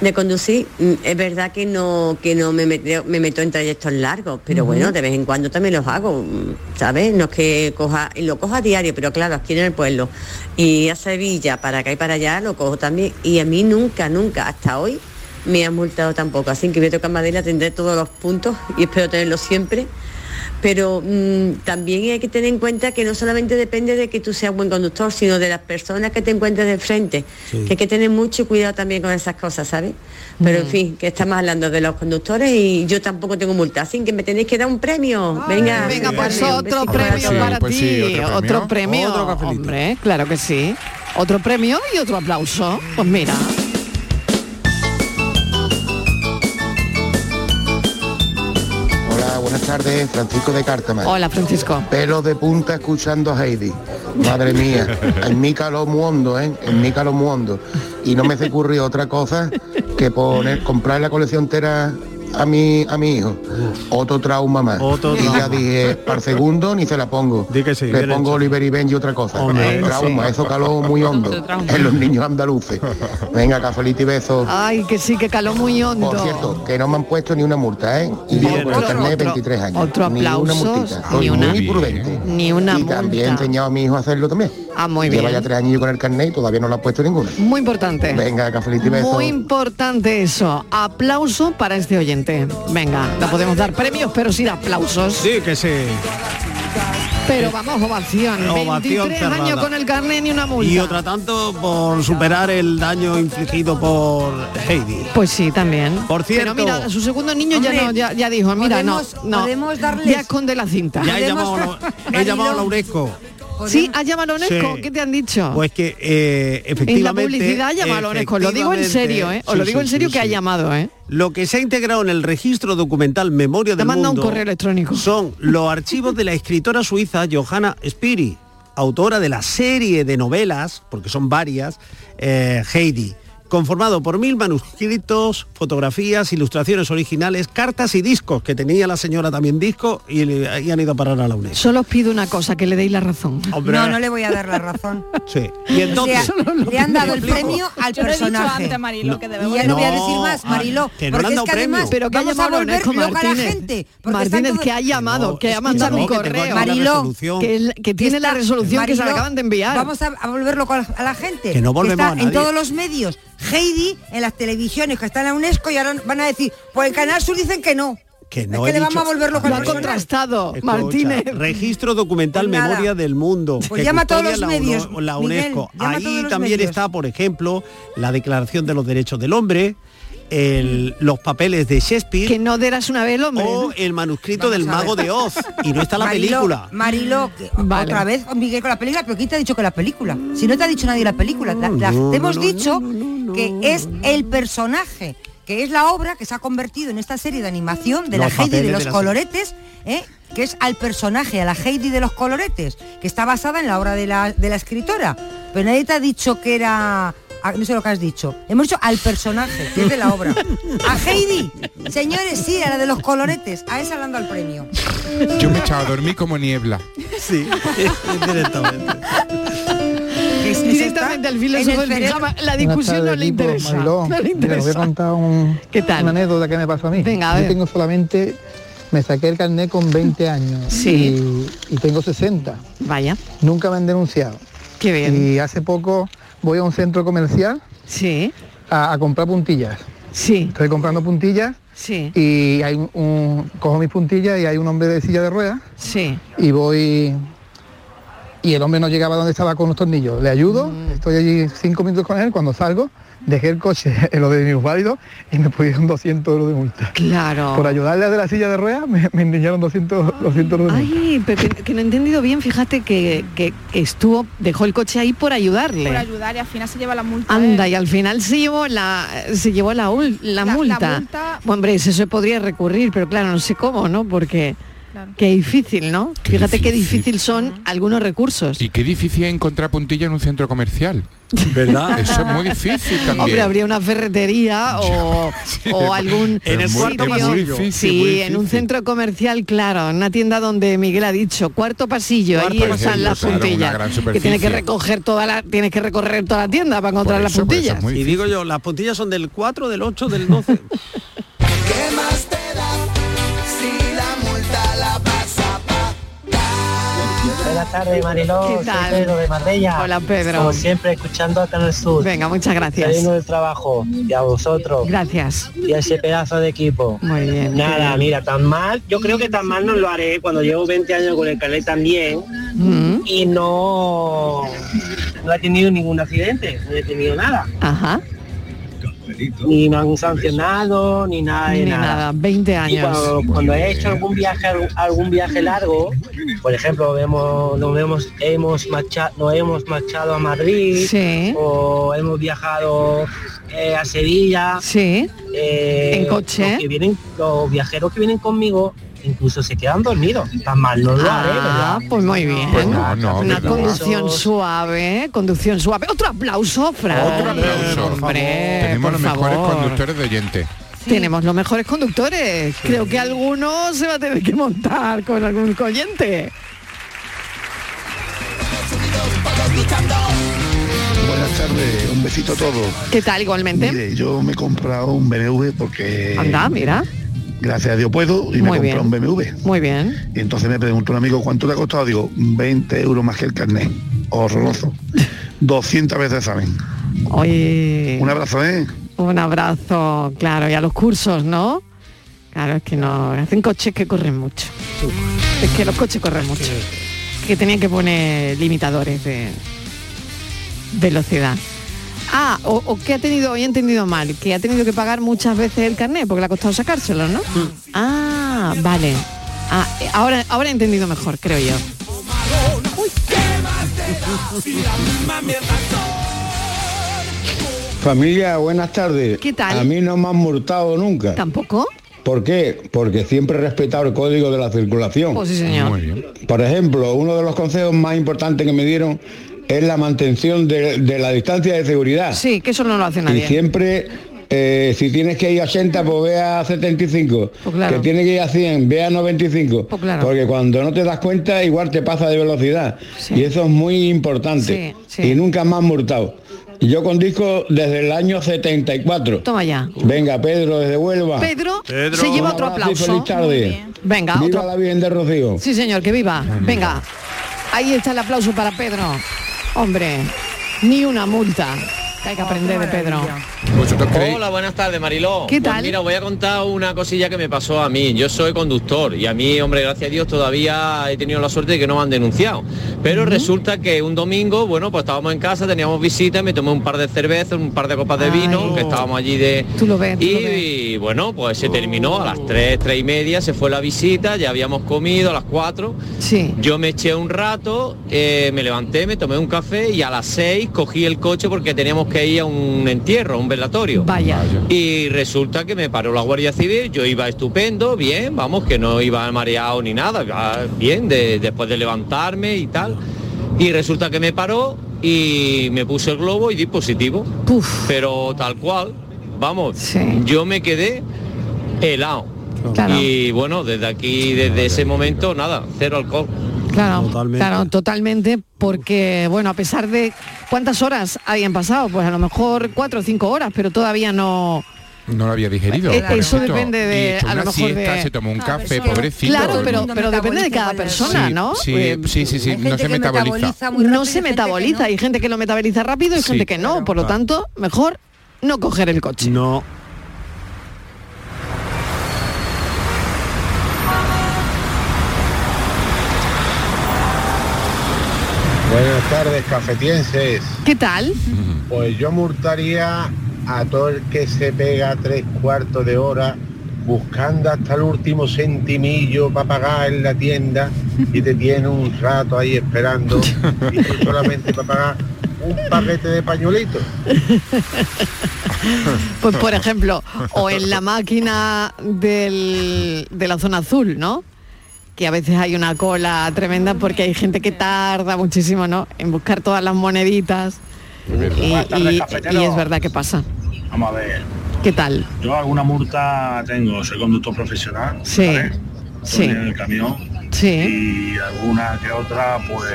Speaker 27: de conducir. Mm, Es verdad que no, que no me, meto, me meto en trayectos largos, pero Ujú. bueno, de vez en cuando también los hago, mm, ¿sabes? No es que coja, lo cojo a diario, pero claro, aquí en el pueblo. Y a Sevilla, para acá y para allá, lo cojo también. Y a mí nunca, nunca, hasta hoy, me han multado tampoco. Así que voy a tocar madera, tendré todos los puntos y espero tenerlos siempre Pero mm, también hay que tener en cuenta que no solamente depende de que tú seas buen conductor, sino de las personas que te encuentres de frente.
Speaker 1: Sí.
Speaker 27: Que hay que tener mucho cuidado también con esas cosas, ¿sabes? Pero en
Speaker 1: Mm.
Speaker 27: fin, que estamos hablando de los conductores y yo tampoco tengo multa, así que me tenéis que dar un premio. venga,
Speaker 6: Venga,
Speaker 27: un
Speaker 6: pues
Speaker 27: premio, un
Speaker 6: otro
Speaker 27: besito
Speaker 6: premio
Speaker 27: todos.
Speaker 6: para
Speaker 7: pues
Speaker 6: ti. otro, premio.
Speaker 27: Otro cafelito.
Speaker 6: hombre, claro que sí. Otro premio y otro aplauso. Pues mira.
Speaker 4: Hola, buenas tardes, Francisco de Cártama.
Speaker 6: Hola, Francisco.
Speaker 4: Pelo de punta escuchando a Heidi. Madre mía, en mi calor muy hondo, ¿eh? En mi calor muy hondo. Y no me se ocurrió otra cosa que poner, comprar la colección entera a mi, a mi hijo. Otro trauma más. y ya dije, para segundo ni se la pongo. Le
Speaker 7: bien
Speaker 4: pongo
Speaker 7: hecho.
Speaker 4: Oliver y Ben y otra cosa.
Speaker 7: Hombre,
Speaker 4: Otro trauma,
Speaker 7: sí.
Speaker 4: eso calor muy hondo.
Speaker 6: Otro trauma.
Speaker 4: En los niños andaluces. Venga, cafelito y besos.
Speaker 6: Ay, que sí, que caló muy hondo.
Speaker 4: Por cierto, que no me han puesto ni una multa, ¿eh? Y yo
Speaker 6: Bien.
Speaker 4: por el carnet de 23 años.
Speaker 6: otro
Speaker 4: Ni una
Speaker 6: aplausos,
Speaker 4: multita. Soy
Speaker 6: ni una-
Speaker 4: muy prudente.
Speaker 6: Ni una
Speaker 4: Y también he
Speaker 6: multa.
Speaker 4: enseñado a mi hijo a hacerlo también.
Speaker 6: Ah, muy
Speaker 4: Lleva ya
Speaker 6: bien.
Speaker 4: tres años yo con el carnet y todavía no lo ha puesto ninguno.
Speaker 6: Muy importante.
Speaker 4: Venga, cafelito y besos.
Speaker 6: Muy importante eso. Aplauso para este oyente. Venga, no podemos dar premios, pero sí aplausos.
Speaker 7: Sí, que sí.
Speaker 6: Pero vamos, ovación.
Speaker 7: Ovación
Speaker 6: 23
Speaker 7: cerrada.
Speaker 6: años con el carnet ni una multa.
Speaker 7: Y otra tanto por superar el daño infligido por Heidi.
Speaker 6: Pues sí, también.
Speaker 7: Por cierto,
Speaker 6: Pero mira, su segundo niño ya
Speaker 7: Hombre,
Speaker 6: no, ya, ya dijo, mira,
Speaker 9: podemos-
Speaker 6: no, no.
Speaker 9: podemos darles-
Speaker 6: Ya esconde la cinta.
Speaker 7: ya he llamado, a la- he llamado a la UNESCO.
Speaker 6: Sí, ha llamado a la UNESCO.
Speaker 7: Sí.
Speaker 6: ¿Qué te han dicho?
Speaker 7: Pues que
Speaker 6: en
Speaker 7: eh,
Speaker 6: la
Speaker 7: efectivamente...
Speaker 6: publicidad llama a la UNESCO. Lo digo en serio, ¿eh? Os
Speaker 7: Sí,
Speaker 6: lo digo
Speaker 7: sí,
Speaker 6: en serio
Speaker 7: sí,
Speaker 6: que ha
Speaker 7: sí.
Speaker 6: llamado, ¿eh?
Speaker 7: Lo que se ha integrado en el registro documental Memoria del
Speaker 6: mandado un
Speaker 7: Mundo
Speaker 6: correo electrónico.
Speaker 7: son los archivos de la escritora suiza Johanna Spiri, autora de la serie de novelas, porque son varias, eh, Heidi, conformado por mil manuscritos, fotografías, ilustraciones originales, cartas y discos, que tenía la señora también discos y, le- y han ido a parar a la UNESCO.
Speaker 6: Solo os pido una cosa, que le deis la razón.
Speaker 7: Hombre.
Speaker 9: No, no le voy a dar la razón.
Speaker 7: Sí. Y entonces...
Speaker 9: O sea, le han dado el premio al
Speaker 12: Yo lo he dicho
Speaker 9: personaje.
Speaker 12: antes, Mariló, que debemos-
Speaker 9: y ya no, voy a
Speaker 12: No,
Speaker 9: decir más,
Speaker 12: ah,
Speaker 9: Mariló.
Speaker 7: que no le
Speaker 9: porque
Speaker 7: han
Speaker 9: es
Speaker 7: dado
Speaker 9: que además
Speaker 7: premio. Pero que ha
Speaker 9: vamos a
Speaker 7: llamado a la
Speaker 9: volver
Speaker 7: UNESCO,
Speaker 9: loca a la
Speaker 7: Martínez.
Speaker 9: gente. porque están
Speaker 6: Martínez
Speaker 9: todos-
Speaker 6: que ha llamado, que ha mandado un correo.
Speaker 9: Mariló,
Speaker 6: Que, el- que tiene la
Speaker 9: está-
Speaker 6: resolución que se la
Speaker 9: Mariló,
Speaker 6: acaban de enviar.
Speaker 9: Vamos a, a volver loco a la, a la gente.
Speaker 6: Que no volvemos
Speaker 9: está
Speaker 6: a nadie.
Speaker 9: en todos los medios. Heidi, en las televisiones que está en la UNESCO y ahora van a decir, pues el Canal Sur dicen que no.
Speaker 7: Que no
Speaker 9: es que
Speaker 7: he
Speaker 9: le vamos
Speaker 7: dicho-
Speaker 9: a volver loco
Speaker 7: Lo
Speaker 9: a
Speaker 7: ha
Speaker 9: la gente.
Speaker 6: contrastado,
Speaker 7: Escucha, Registro documental
Speaker 9: Pues nada.
Speaker 7: Memoria del Mundo.
Speaker 9: Pues
Speaker 7: que
Speaker 9: llama a todos
Speaker 7: custodia
Speaker 9: los
Speaker 7: la
Speaker 9: medios,
Speaker 7: Uno- La
Speaker 9: Miguel,
Speaker 7: UNESCO.
Speaker 9: llama a
Speaker 7: Ahí
Speaker 9: todos los
Speaker 7: también
Speaker 9: medios.
Speaker 7: está, por ejemplo, la Declaración de los Derechos del Hombre, el- los papeles de Shakespeare. Que
Speaker 6: no eras una vez el hombre.
Speaker 7: O el manuscrito del mago de Oz. Y no está la
Speaker 9: Mariló,
Speaker 7: película. Pues
Speaker 9: Mariló, que-
Speaker 7: Vale.
Speaker 9: otra vez con Miguel con la película, pero ¿quién te ha dicho que la película? Si no te ha dicho nadie la película, la- la-
Speaker 7: no,
Speaker 9: te hemos
Speaker 7: no,
Speaker 9: dicho que es el personaje, que es la obra que se ha convertido en esta serie de animación de
Speaker 7: Los
Speaker 9: la Heidi de
Speaker 7: papeles
Speaker 9: los
Speaker 7: de la
Speaker 9: coloretes, ¿eh? que es al personaje, a la Heidi de los coloretes, que está basada en la obra de la, de la escritora. Pero nadie te ha dicho que era... ah, No sé lo que has dicho. Hemos dicho al personaje, que es de la obra. A Heidi. Señores, sí, a la de los coloretes. A esa le han dado el premio.
Speaker 10: Yo me he echado a dormir como niebla.
Speaker 7: Sí, directamente.
Speaker 6: Directamente al filósofo del pijama. La discusión no le interesa. no le
Speaker 5: Les voy a
Speaker 6: interesa.
Speaker 5: contar un- una anécdota que me pasó a mí.
Speaker 6: Venga, a
Speaker 5: Yo
Speaker 6: ver.
Speaker 5: tengo solamente, me saqué el carnet con 20 años
Speaker 6: Sí.
Speaker 5: y, y tengo 60.
Speaker 6: Vaya.
Speaker 5: Nunca me han denunciado.
Speaker 6: Qué bien.
Speaker 5: Y hace poco voy a un centro comercial
Speaker 6: sí.
Speaker 5: a, a comprar puntillas.
Speaker 6: Sí.
Speaker 5: Estoy comprando puntillas
Speaker 6: Sí.
Speaker 5: y hay un, un- cojo mis puntillas y hay un hombre de silla de ruedas
Speaker 6: Sí.
Speaker 5: y voy y el hombre no llegaba donde estaba con los tornillos. Le ayudo,
Speaker 6: Mm.
Speaker 5: estoy allí cinco minutos con él, cuando salgo, dejé el coche en lo de mi válido y me pusieron 200 euros de multa.
Speaker 6: Claro.
Speaker 5: Por ayudarle de la silla de ruedas me, me endiñaron 200, 200 euros de multa.
Speaker 6: Ay, Pepe, que no he entendido bien, fíjate que, que estuvo, dejó el coche ahí por ayudarle.
Speaker 12: Por ayudar y al final se lleva la multa.
Speaker 6: Anda, y al final se llevó la, se llevó la, ul- la, multa.
Speaker 12: multa-
Speaker 6: Bueno, hombre, eso se podría recurrir, pero claro, no sé cómo, ¿no? Porque qué difícil, ¿no? Fíjate qué difícil son algunos recursos.
Speaker 10: Y qué difícil es encontrar puntillas en un centro comercial.
Speaker 7: ¿Verdad?
Speaker 10: Eso es muy difícil también.
Speaker 6: Hombre, habría una ferretería o, o algún
Speaker 10: En el
Speaker 6: sitio.
Speaker 10: cuarto pasillo.
Speaker 6: sí,
Speaker 10: Muy
Speaker 6: en un centro comercial, claro, en una tienda donde Miguel ha dicho, cuarto pasillo,
Speaker 10: Cuarto
Speaker 6: ahí están
Speaker 10: pasillo,
Speaker 6: las
Speaker 10: claro, una gran
Speaker 6: puntillas. Que
Speaker 10: superficie.
Speaker 6: tienes que recoger toda la, tienes que recorrer toda la tienda para encontrar las puntillas.
Speaker 7: y digo yo, las puntillas son del 4, del 8, del 12.
Speaker 15: ¿Qué más te da si la multa la vas a pagar?
Speaker 8: Buenas
Speaker 28: tardes, Mariló.
Speaker 6: ¿Qué
Speaker 28: Soy
Speaker 6: tal?
Speaker 28: Pedro de Marbella.
Speaker 6: Hola, Pedro.
Speaker 28: Como siempre, escuchando a Canal Sur.
Speaker 6: Venga, muchas gracias.
Speaker 28: Saliendo del trabajo y a vosotros.
Speaker 6: Gracias.
Speaker 28: Y a ese pedazo de equipo.
Speaker 6: Muy bien.
Speaker 28: Nada, mira, tan mal, yo creo que tan mal no lo haré cuando llevo 20 años con el carnet también
Speaker 6: Mm.
Speaker 28: y no, no he tenido ningún accidente, no he tenido nada.
Speaker 6: Ajá.
Speaker 28: Ni me han sancionado, ni nada de
Speaker 6: Ni nada, 20
Speaker 28: y
Speaker 6: años.
Speaker 28: cuando, cuando he hecho algún viaje algún viaje largo, por ejemplo, vemos, nos hemos, hemos marcha- nos hemos marchado a Madrid o hemos viajado eh, a Sevilla. eh,
Speaker 6: En coche.
Speaker 28: Los, que vienen, los viajeros que vienen conmigo incluso se quedan dormidos. Tan mal no lo haré,
Speaker 6: Ah,
Speaker 28: ¿verdad?
Speaker 6: pues muy bien.
Speaker 28: Pues no,
Speaker 6: Una
Speaker 28: no, hombre, no.
Speaker 6: conducción
Speaker 28: Eso-
Speaker 6: suave, conducción suave. Otro aplauso, Fran.
Speaker 10: Otro aplauso.
Speaker 6: Hombre,
Speaker 10: Tenemos
Speaker 6: por
Speaker 10: los mejores
Speaker 6: favor.
Speaker 10: conductores de oyente.
Speaker 6: Tenemos los mejores conductores. Creo que alguno se va a tener que montar con algún coyente.
Speaker 29: Buenas tardes, un besito a todos.
Speaker 6: ¿Qué tal igualmente?
Speaker 29: Mire, yo me he comprado un BMW porque...
Speaker 6: Anda, mira.
Speaker 29: Gracias a Dios puedo y
Speaker 6: Muy
Speaker 29: me he
Speaker 6: bien.
Speaker 29: comprado un BMW.
Speaker 6: Muy bien.
Speaker 29: Y entonces me preguntó un amigo, ¿cuánto te ha costado? Digo, 20 euros más que el carnet. Horroroso. 200 veces saben.
Speaker 6: Oye.
Speaker 29: Un abrazo, ¿eh?
Speaker 6: Un abrazo, claro, y a los cursos, ¿no? Claro, es que no, hacen coches que corren mucho. Es que los coches corren mucho. Que tenían que poner limitadores de velocidad. Ah, o, o que ha tenido, hoy he entendido mal, que ha tenido que pagar muchas veces el carnet porque le ha costado sacárselo, ¿no? Ah, vale. Ah, eh, ahora, ahora he entendido mejor, creo yo.
Speaker 8: Familia, buenas tardes.
Speaker 6: ¿Qué tal?
Speaker 8: A mí no me han multado nunca.
Speaker 6: ¿Tampoco?
Speaker 8: ¿Por qué? Porque siempre he respetado el código de la circulación.
Speaker 6: Pues sí, señor. Muy
Speaker 8: Por ejemplo, uno de los consejos más importantes que me dieron es la mantención de, de la distancia de seguridad.
Speaker 6: Sí, que eso no lo hace
Speaker 8: Y
Speaker 6: nadie.
Speaker 8: siempre, eh, si tienes que ir a 80, pues ve a 75.
Speaker 6: Pues claro.
Speaker 8: Que tienes que ir a 100, ve a 95.
Speaker 6: Pues claro.
Speaker 8: Porque cuando no te das cuenta, igual te pasa de velocidad.
Speaker 6: Sí.
Speaker 8: Y eso es muy importante.
Speaker 6: Sí, sí.
Speaker 8: Y nunca más multado. Y Yo conduzco desde el año 74.
Speaker 6: Toma ya.
Speaker 8: Venga, Pedro, desde Huelva.
Speaker 6: Pedro, se lleva
Speaker 8: Un
Speaker 6: otro
Speaker 8: abrazo y
Speaker 6: aplauso.
Speaker 8: Feliz tarde.
Speaker 6: Venga,
Speaker 8: Viva
Speaker 6: otro.
Speaker 8: la Virgen de Rocío.
Speaker 6: Sí, señor, que viva. Venga. Ahí está el aplauso para Pedro. Hombre, ni una multa. Que Hay que aprender de Pedro.
Speaker 8: Hola, buenas tardes, Mariló.
Speaker 6: ¿Qué
Speaker 8: Pues
Speaker 6: tal?
Speaker 8: mira, voy a contar una cosilla que me pasó a mí. Yo soy conductor y a mí, hombre, gracias a Dios, todavía he tenido la suerte de que no me han denunciado. Pero resulta que un domingo, bueno, pues estábamos en casa, teníamos visita, me tomé un par de cervezas, un par de copas de vino, que estábamos allí de...
Speaker 6: Tú lo ves. tú
Speaker 8: Y,
Speaker 6: lo ves.
Speaker 8: y, bueno, pues se terminó a las 3, 3 y media, se fue la visita, ya habíamos comido a las 4.
Speaker 6: Sí.
Speaker 8: Yo me eché un rato, eh, me levanté, me tomé un café y a las 6 cogí el coche porque teníamos que ir a un entierro, a un velatorio.
Speaker 6: Vaya.
Speaker 8: Y resulta que me paró la Guardia Civil, yo iba estupendo, bien, vamos, que no iba mareado ni nada, ah, bien, de- después de levantarme y tal. Y resulta que me paró y me puse el globo y dispositivo. Pero tal cual, vamos, yo me quedé helado.
Speaker 6: Claro.
Speaker 8: Y bueno, desde aquí, desde ese momento, nada, cero alcohol.
Speaker 6: Claro, claro, totalmente, porque, bueno, a pesar de cuántas horas habían pasado, pues a lo mejor cuatro o cinco horas, pero todavía no...
Speaker 10: No lo había digerido.
Speaker 6: Eh, eso
Speaker 10: pobrecito.
Speaker 6: depende
Speaker 10: Y
Speaker 6: de-
Speaker 10: echó
Speaker 6: a lo
Speaker 10: una
Speaker 6: mejor
Speaker 10: siesta,
Speaker 6: de-
Speaker 10: se tomó un
Speaker 6: Ah,
Speaker 10: café,
Speaker 6: pero-
Speaker 10: pobrecito.
Speaker 6: Claro, pero, pero depende de cada persona,
Speaker 10: Sí,
Speaker 6: ¿no?
Speaker 10: Sí,
Speaker 6: Eh,
Speaker 10: sí, sí, sí, no se metaboliza.
Speaker 6: no se metaboliza, hay gente que lo metaboliza rápido y
Speaker 10: Sí,
Speaker 6: gente que no, por lo
Speaker 10: claro.
Speaker 6: tanto, mejor no coger el coche.
Speaker 30: No.
Speaker 13: Buenas tardes, cafetienses.
Speaker 6: ¿Qué tal?
Speaker 13: Pues yo multaría a todo el que se pega tres cuartos de hora buscando hasta el último centimillo para pagar en la tienda y te tiene un rato ahí esperando y tú solamente para pagar un paquete de pañuelitos.
Speaker 6: Pues por ejemplo, o en la máquina del- de la zona azul, ¿no? Que a veces hay una cola tremenda porque hay gente que tarda muchísimo, ¿no? En buscar todas las moneditas. Y,
Speaker 13: Buenas tardes,
Speaker 6: y-
Speaker 13: cafeteros.
Speaker 6: y es verdad que pasa.
Speaker 13: Vamos a ver,
Speaker 6: ¿Qué tal?
Speaker 13: yo alguna multa tengo, soy conductor profesional,
Speaker 6: Sí.
Speaker 13: estoy
Speaker 6: Sí.
Speaker 13: en el camión
Speaker 6: Sí.
Speaker 13: y alguna que otra pues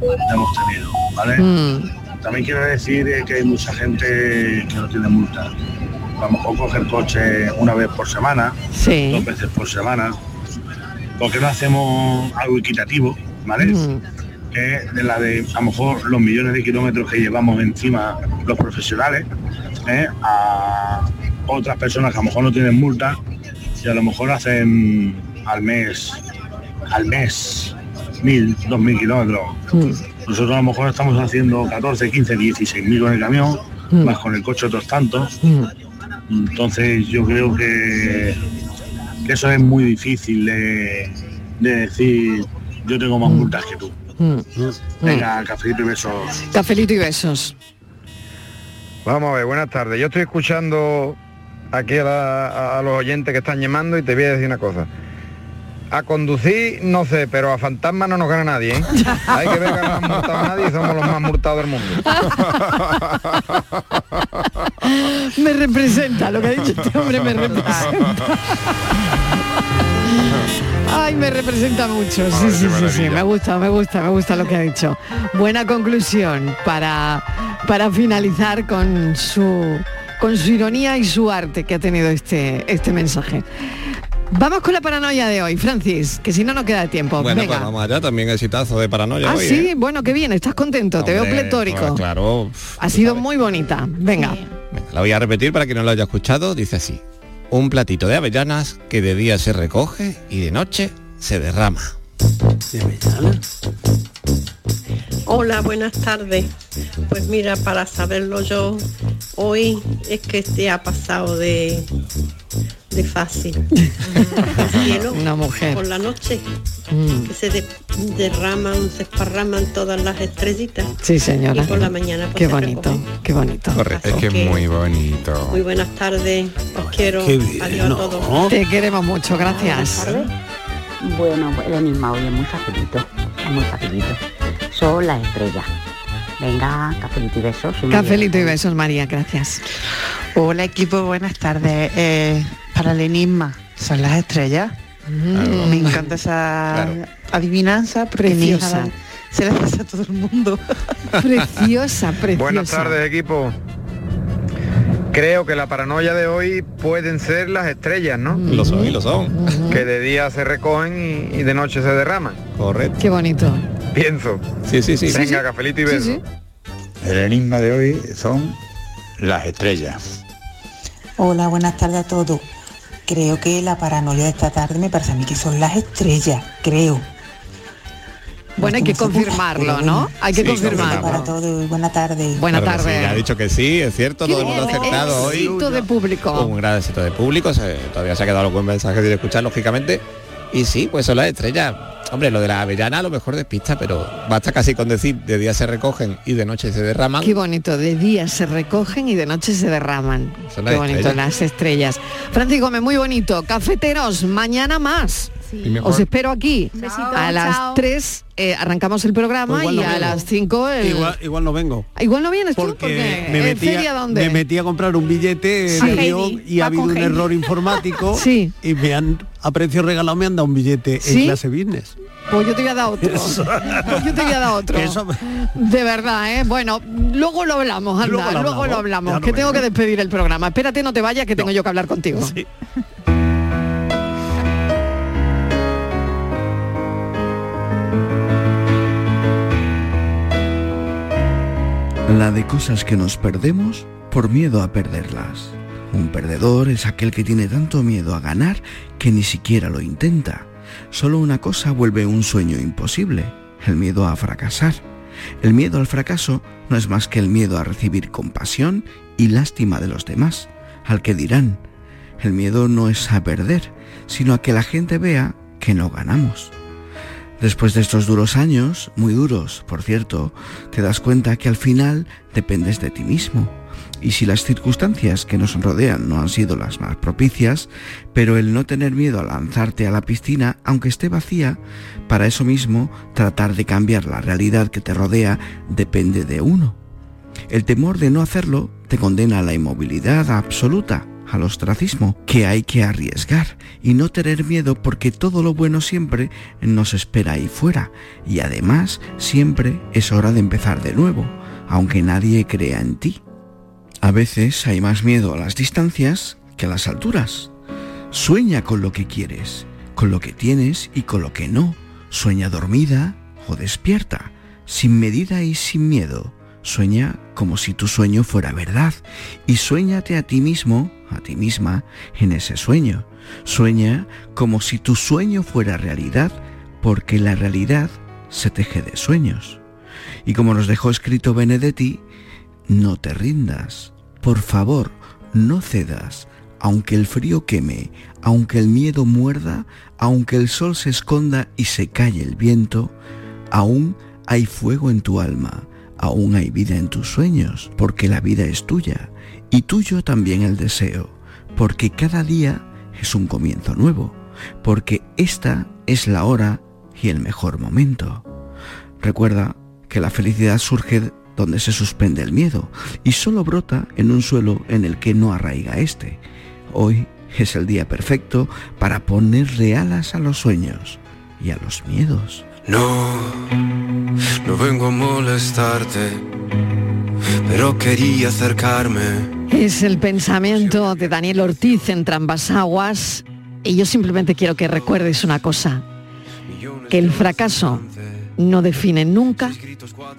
Speaker 13: la hemos tenido, ¿vale?
Speaker 6: Mm.
Speaker 13: También quiero decir eh, que hay mucha gente que no tiene multa. A lo mejor coge el coche una vez por semana,
Speaker 6: Sí.
Speaker 13: dos veces por semana, porque no hacemos algo equitativo, ¿vale?
Speaker 6: Mm.
Speaker 13: Que es de la de a lo mejor los millones de kilómetros que llevamos encima los profesionales, ¿eh? a otras personas que a lo mejor no tienen multa y a lo mejor hacen al mes, al mes, mil, dos mil kilómetros. Nosotros a lo mejor estamos haciendo 14, 15, 16 mil con el camión,
Speaker 11: Mm.
Speaker 13: más con el coche otros tantos. Entonces yo creo que, que eso es muy difícil de, de decir, yo tengo más multas que tú. Venga, cafecito y besos.
Speaker 6: Mm, Cafelito y besos.
Speaker 14: Vamos a ver, buenas tardes. Yo estoy escuchando aquí a, la- a- a los oyentes que están llamando y te voy a decir una cosa. A conducir, no sé, pero a fantasma no nos gana nadie, ¿eh? Hay que ver que no nos han multado a nadie y somos los más multados del mundo.
Speaker 6: Me representa lo que ha dicho este hombre, me representa. Ay, me representa mucho. Sí, sí, sí, sí. Me gusta, me gusta, me gusta lo que ha dicho. Buena conclusión para, para finalizar con su con su ironía y su arte que ha tenido este, este mensaje. Vamos con la paranoia de hoy, Francis, que si no, no queda tiempo.
Speaker 31: Bueno,
Speaker 6: Venga.
Speaker 31: pues vamos allá, también exitazo de paranoia
Speaker 6: ah,
Speaker 31: hoy,
Speaker 6: sí,
Speaker 31: ¿eh?
Speaker 6: bueno, qué bien, estás contento, te veo
Speaker 31: Hombre,
Speaker 6: pletórico.
Speaker 31: pues claro,
Speaker 6: ha sido muy bonita. Venga.
Speaker 31: La voy a repetir para quien no lo haya escuchado, dice así. Un platito de avellanas que de día se recoge y de noche se derrama.
Speaker 28: Hola, buenas tardes. Pues mira, para saberlo yo, hoy es que te ha pasado de, de fácil. El cielo
Speaker 6: Una mujer.
Speaker 28: Por la noche,
Speaker 6: Mm.
Speaker 28: que se de- derraman, se esparraman todas las estrellitas.
Speaker 6: Sí, señora.
Speaker 28: Y por la mañana, pues,
Speaker 6: qué
Speaker 28: se
Speaker 6: bonito, qué bonito.
Speaker 10: Correcto. Es que es muy bonito.
Speaker 28: Muy buenas tardes, os quiero. Adiós a todos.
Speaker 6: Te queremos mucho, gracias.
Speaker 32: Bueno, pues, el misma hoy es muy facilito, es muy facilito. Son las estrellas. Venga, cafelito y besos. soy María.
Speaker 6: Cafelito y besos, María, gracias.
Speaker 16: Hola equipo, buenas tardes. Eh, para el enigma, son las estrellas. Me encanta esa adivinanza
Speaker 6: Preciosa.
Speaker 16: preciosa. Se la hace a todo el mundo.
Speaker 6: Preciosa, preciosa.
Speaker 14: Buenas tardes, equipo. Creo que la paranoia de hoy pueden ser las estrellas, ¿no?
Speaker 31: Lo son y lo son.
Speaker 14: Que de día se recogen y, y de noche se derraman.
Speaker 31: Correcto.
Speaker 6: Qué bonito.
Speaker 14: Pienso.
Speaker 31: Sí, sí, sí.
Speaker 14: Venga,
Speaker 31: Sí, sí.
Speaker 14: cafelito y
Speaker 6: Sí,
Speaker 14: besos.
Speaker 6: sí.
Speaker 17: El enigma de hoy son las estrellas. Hola, buenas tardes a todos. Creo que la paranoia de esta tarde me parece a mí que son las estrellas, creo.
Speaker 6: Bueno, hay que
Speaker 17: Estoy muy
Speaker 6: confirmarlo,
Speaker 17: segura,
Speaker 6: ¿no?
Speaker 17: pero
Speaker 6: Hay que
Speaker 31: Sí,
Speaker 6: confirmarlo.
Speaker 31: confirmamos.
Speaker 17: Para todos, buenas tardes.
Speaker 6: Buena
Speaker 31: Claro que sí, ya ha dicho que sí, es cierto, todo el mundo ha acertado hoy.
Speaker 6: Éxito de público.
Speaker 31: Un gran éxito de público, se- todavía se ha quedado algún mensaje sin escuchar, lógicamente. Y sí, pues son las estrellas. Hombre, lo de la avellana a lo mejor despista, pero basta casi con decir de día se recogen y de noche se derraman.
Speaker 6: Qué bonito, de día se recogen y de noche se derraman.
Speaker 31: Son las
Speaker 6: Qué bonito,
Speaker 31: estrellas.
Speaker 6: las estrellas. Francisco, Gómez, muy bonito. Cafeteros, mañana más.
Speaker 31: Y mejor.
Speaker 6: Os espero aquí. a las 3 eh, arrancamos el programa
Speaker 7: Pues igual
Speaker 6: y
Speaker 7: no
Speaker 6: a
Speaker 7: vengo.
Speaker 6: las 5 el...
Speaker 7: Igual, igual no vengo.
Speaker 6: Igual no vienes tú
Speaker 7: Porque
Speaker 6: porque
Speaker 7: me
Speaker 6: ¿en
Speaker 7: metí,
Speaker 6: feria
Speaker 7: a,
Speaker 6: dónde?
Speaker 7: me metí a comprar un billete
Speaker 6: Sí.
Speaker 7: de avión
Speaker 6: Heidi,
Speaker 7: y
Speaker 6: va
Speaker 7: ha habido
Speaker 6: con
Speaker 7: un
Speaker 6: Heidi.
Speaker 7: error informático
Speaker 6: Sí.
Speaker 7: y me han a precio regalado me han dado un billete
Speaker 6: ¿Sí?
Speaker 7: en clase business.
Speaker 6: Pues yo te voy a dar otro.
Speaker 7: Eso.
Speaker 6: Pues yo te voy a dar otro.
Speaker 7: Eso
Speaker 6: De verdad, ¿eh? Bueno, luego lo hablamos, anda,
Speaker 7: Luego
Speaker 6: luego
Speaker 7: lo
Speaker 6: lo hablamos,
Speaker 7: hablamos, ya no
Speaker 6: que
Speaker 7: me-
Speaker 6: tengo que despedir el programa. Espérate, no te vayas, que tengo yo que hablar contigo.
Speaker 18: La de cosas que nos perdemos por miedo a perderlas. Un perdedor es aquel que tiene tanto miedo a ganar que ni siquiera lo intenta. Solo una cosa vuelve un sueño imposible, el miedo a fracasar. El miedo al fracaso no es más que el miedo a recibir compasión y lástima de los demás, al que dirán. El miedo no es a perder, sino a que la gente vea que no ganamos. Después de estos duros años, muy duros, por cierto, te das cuenta que al final dependes de ti mismo. Y si las circunstancias que nos rodean no han sido las más propicias, pero el no tener miedo a lanzarte a la piscina, aunque esté vacía, para eso mismo tratar de cambiar la realidad que te rodea depende de uno. El temor de no hacerlo te condena a la inmovilidad absoluta, al ostracismo, que hay que arriesgar y no tener miedo porque todo lo bueno siempre nos espera ahí fuera y además siempre es hora de empezar de nuevo, aunque nadie crea en ti. A veces hay más miedo a las distancias que a las alturas. Sueña con lo que quieres, con lo que tienes y con lo que no. Sueña dormida o despierta, sin medida y sin miedo. Sueña como si tu sueño fuera verdad y suéñate a ti mismo, a ti misma, en ese sueño. Sueña como si tu sueño fuera realidad, porque la realidad se teje de sueños. Y como nos dejó escrito Benedetti, no te rindas, por favor, no cedas, aunque el frío queme, aunque el miedo muerda, aunque el sol se esconda y se calle el viento, aún hay fuego en tu alma, aún hay vida en tus sueños, porque la vida es tuya y tuyo también el deseo, porque cada día es un comienzo nuevo, porque esta es la hora y el mejor momento. Recuerda que la felicidad surge donde se suspende el miedo y solo brota en un suelo en el que no arraiga este. Hoy es el día perfecto para ponerle alas a los sueños y a los miedos.
Speaker 3: No, no vengo a molestarte, pero quería acercarme.
Speaker 6: Es el pensamiento de Daniel Ortiz en Trambas Aguas y yo simplemente quiero que recuerdes una cosa, que el fracaso no define nunca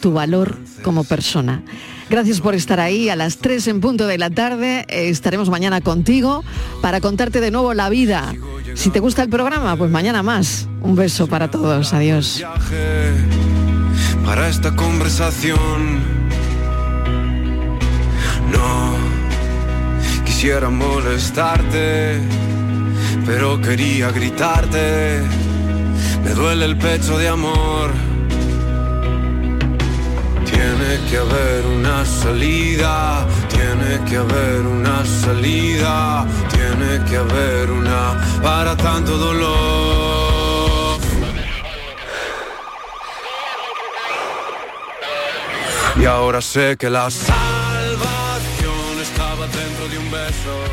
Speaker 6: tu valor como persona. Gracias por estar ahí. A las 3 en punto de la tarde eh, estaremos mañana contigo para contarte de nuevo la vida. Si te gusta el programa, pues mañana más. Un beso para todos. Adiós.
Speaker 3: Viaje para esta conversación. No quisiera molestarte, pero quería gritarte. Me duele el pecho de amor. Tiene que haber una salida, tiene que haber una salida, tiene que haber una para tanto dolor. Y ahora sé que la salvación estaba dentro de un beso.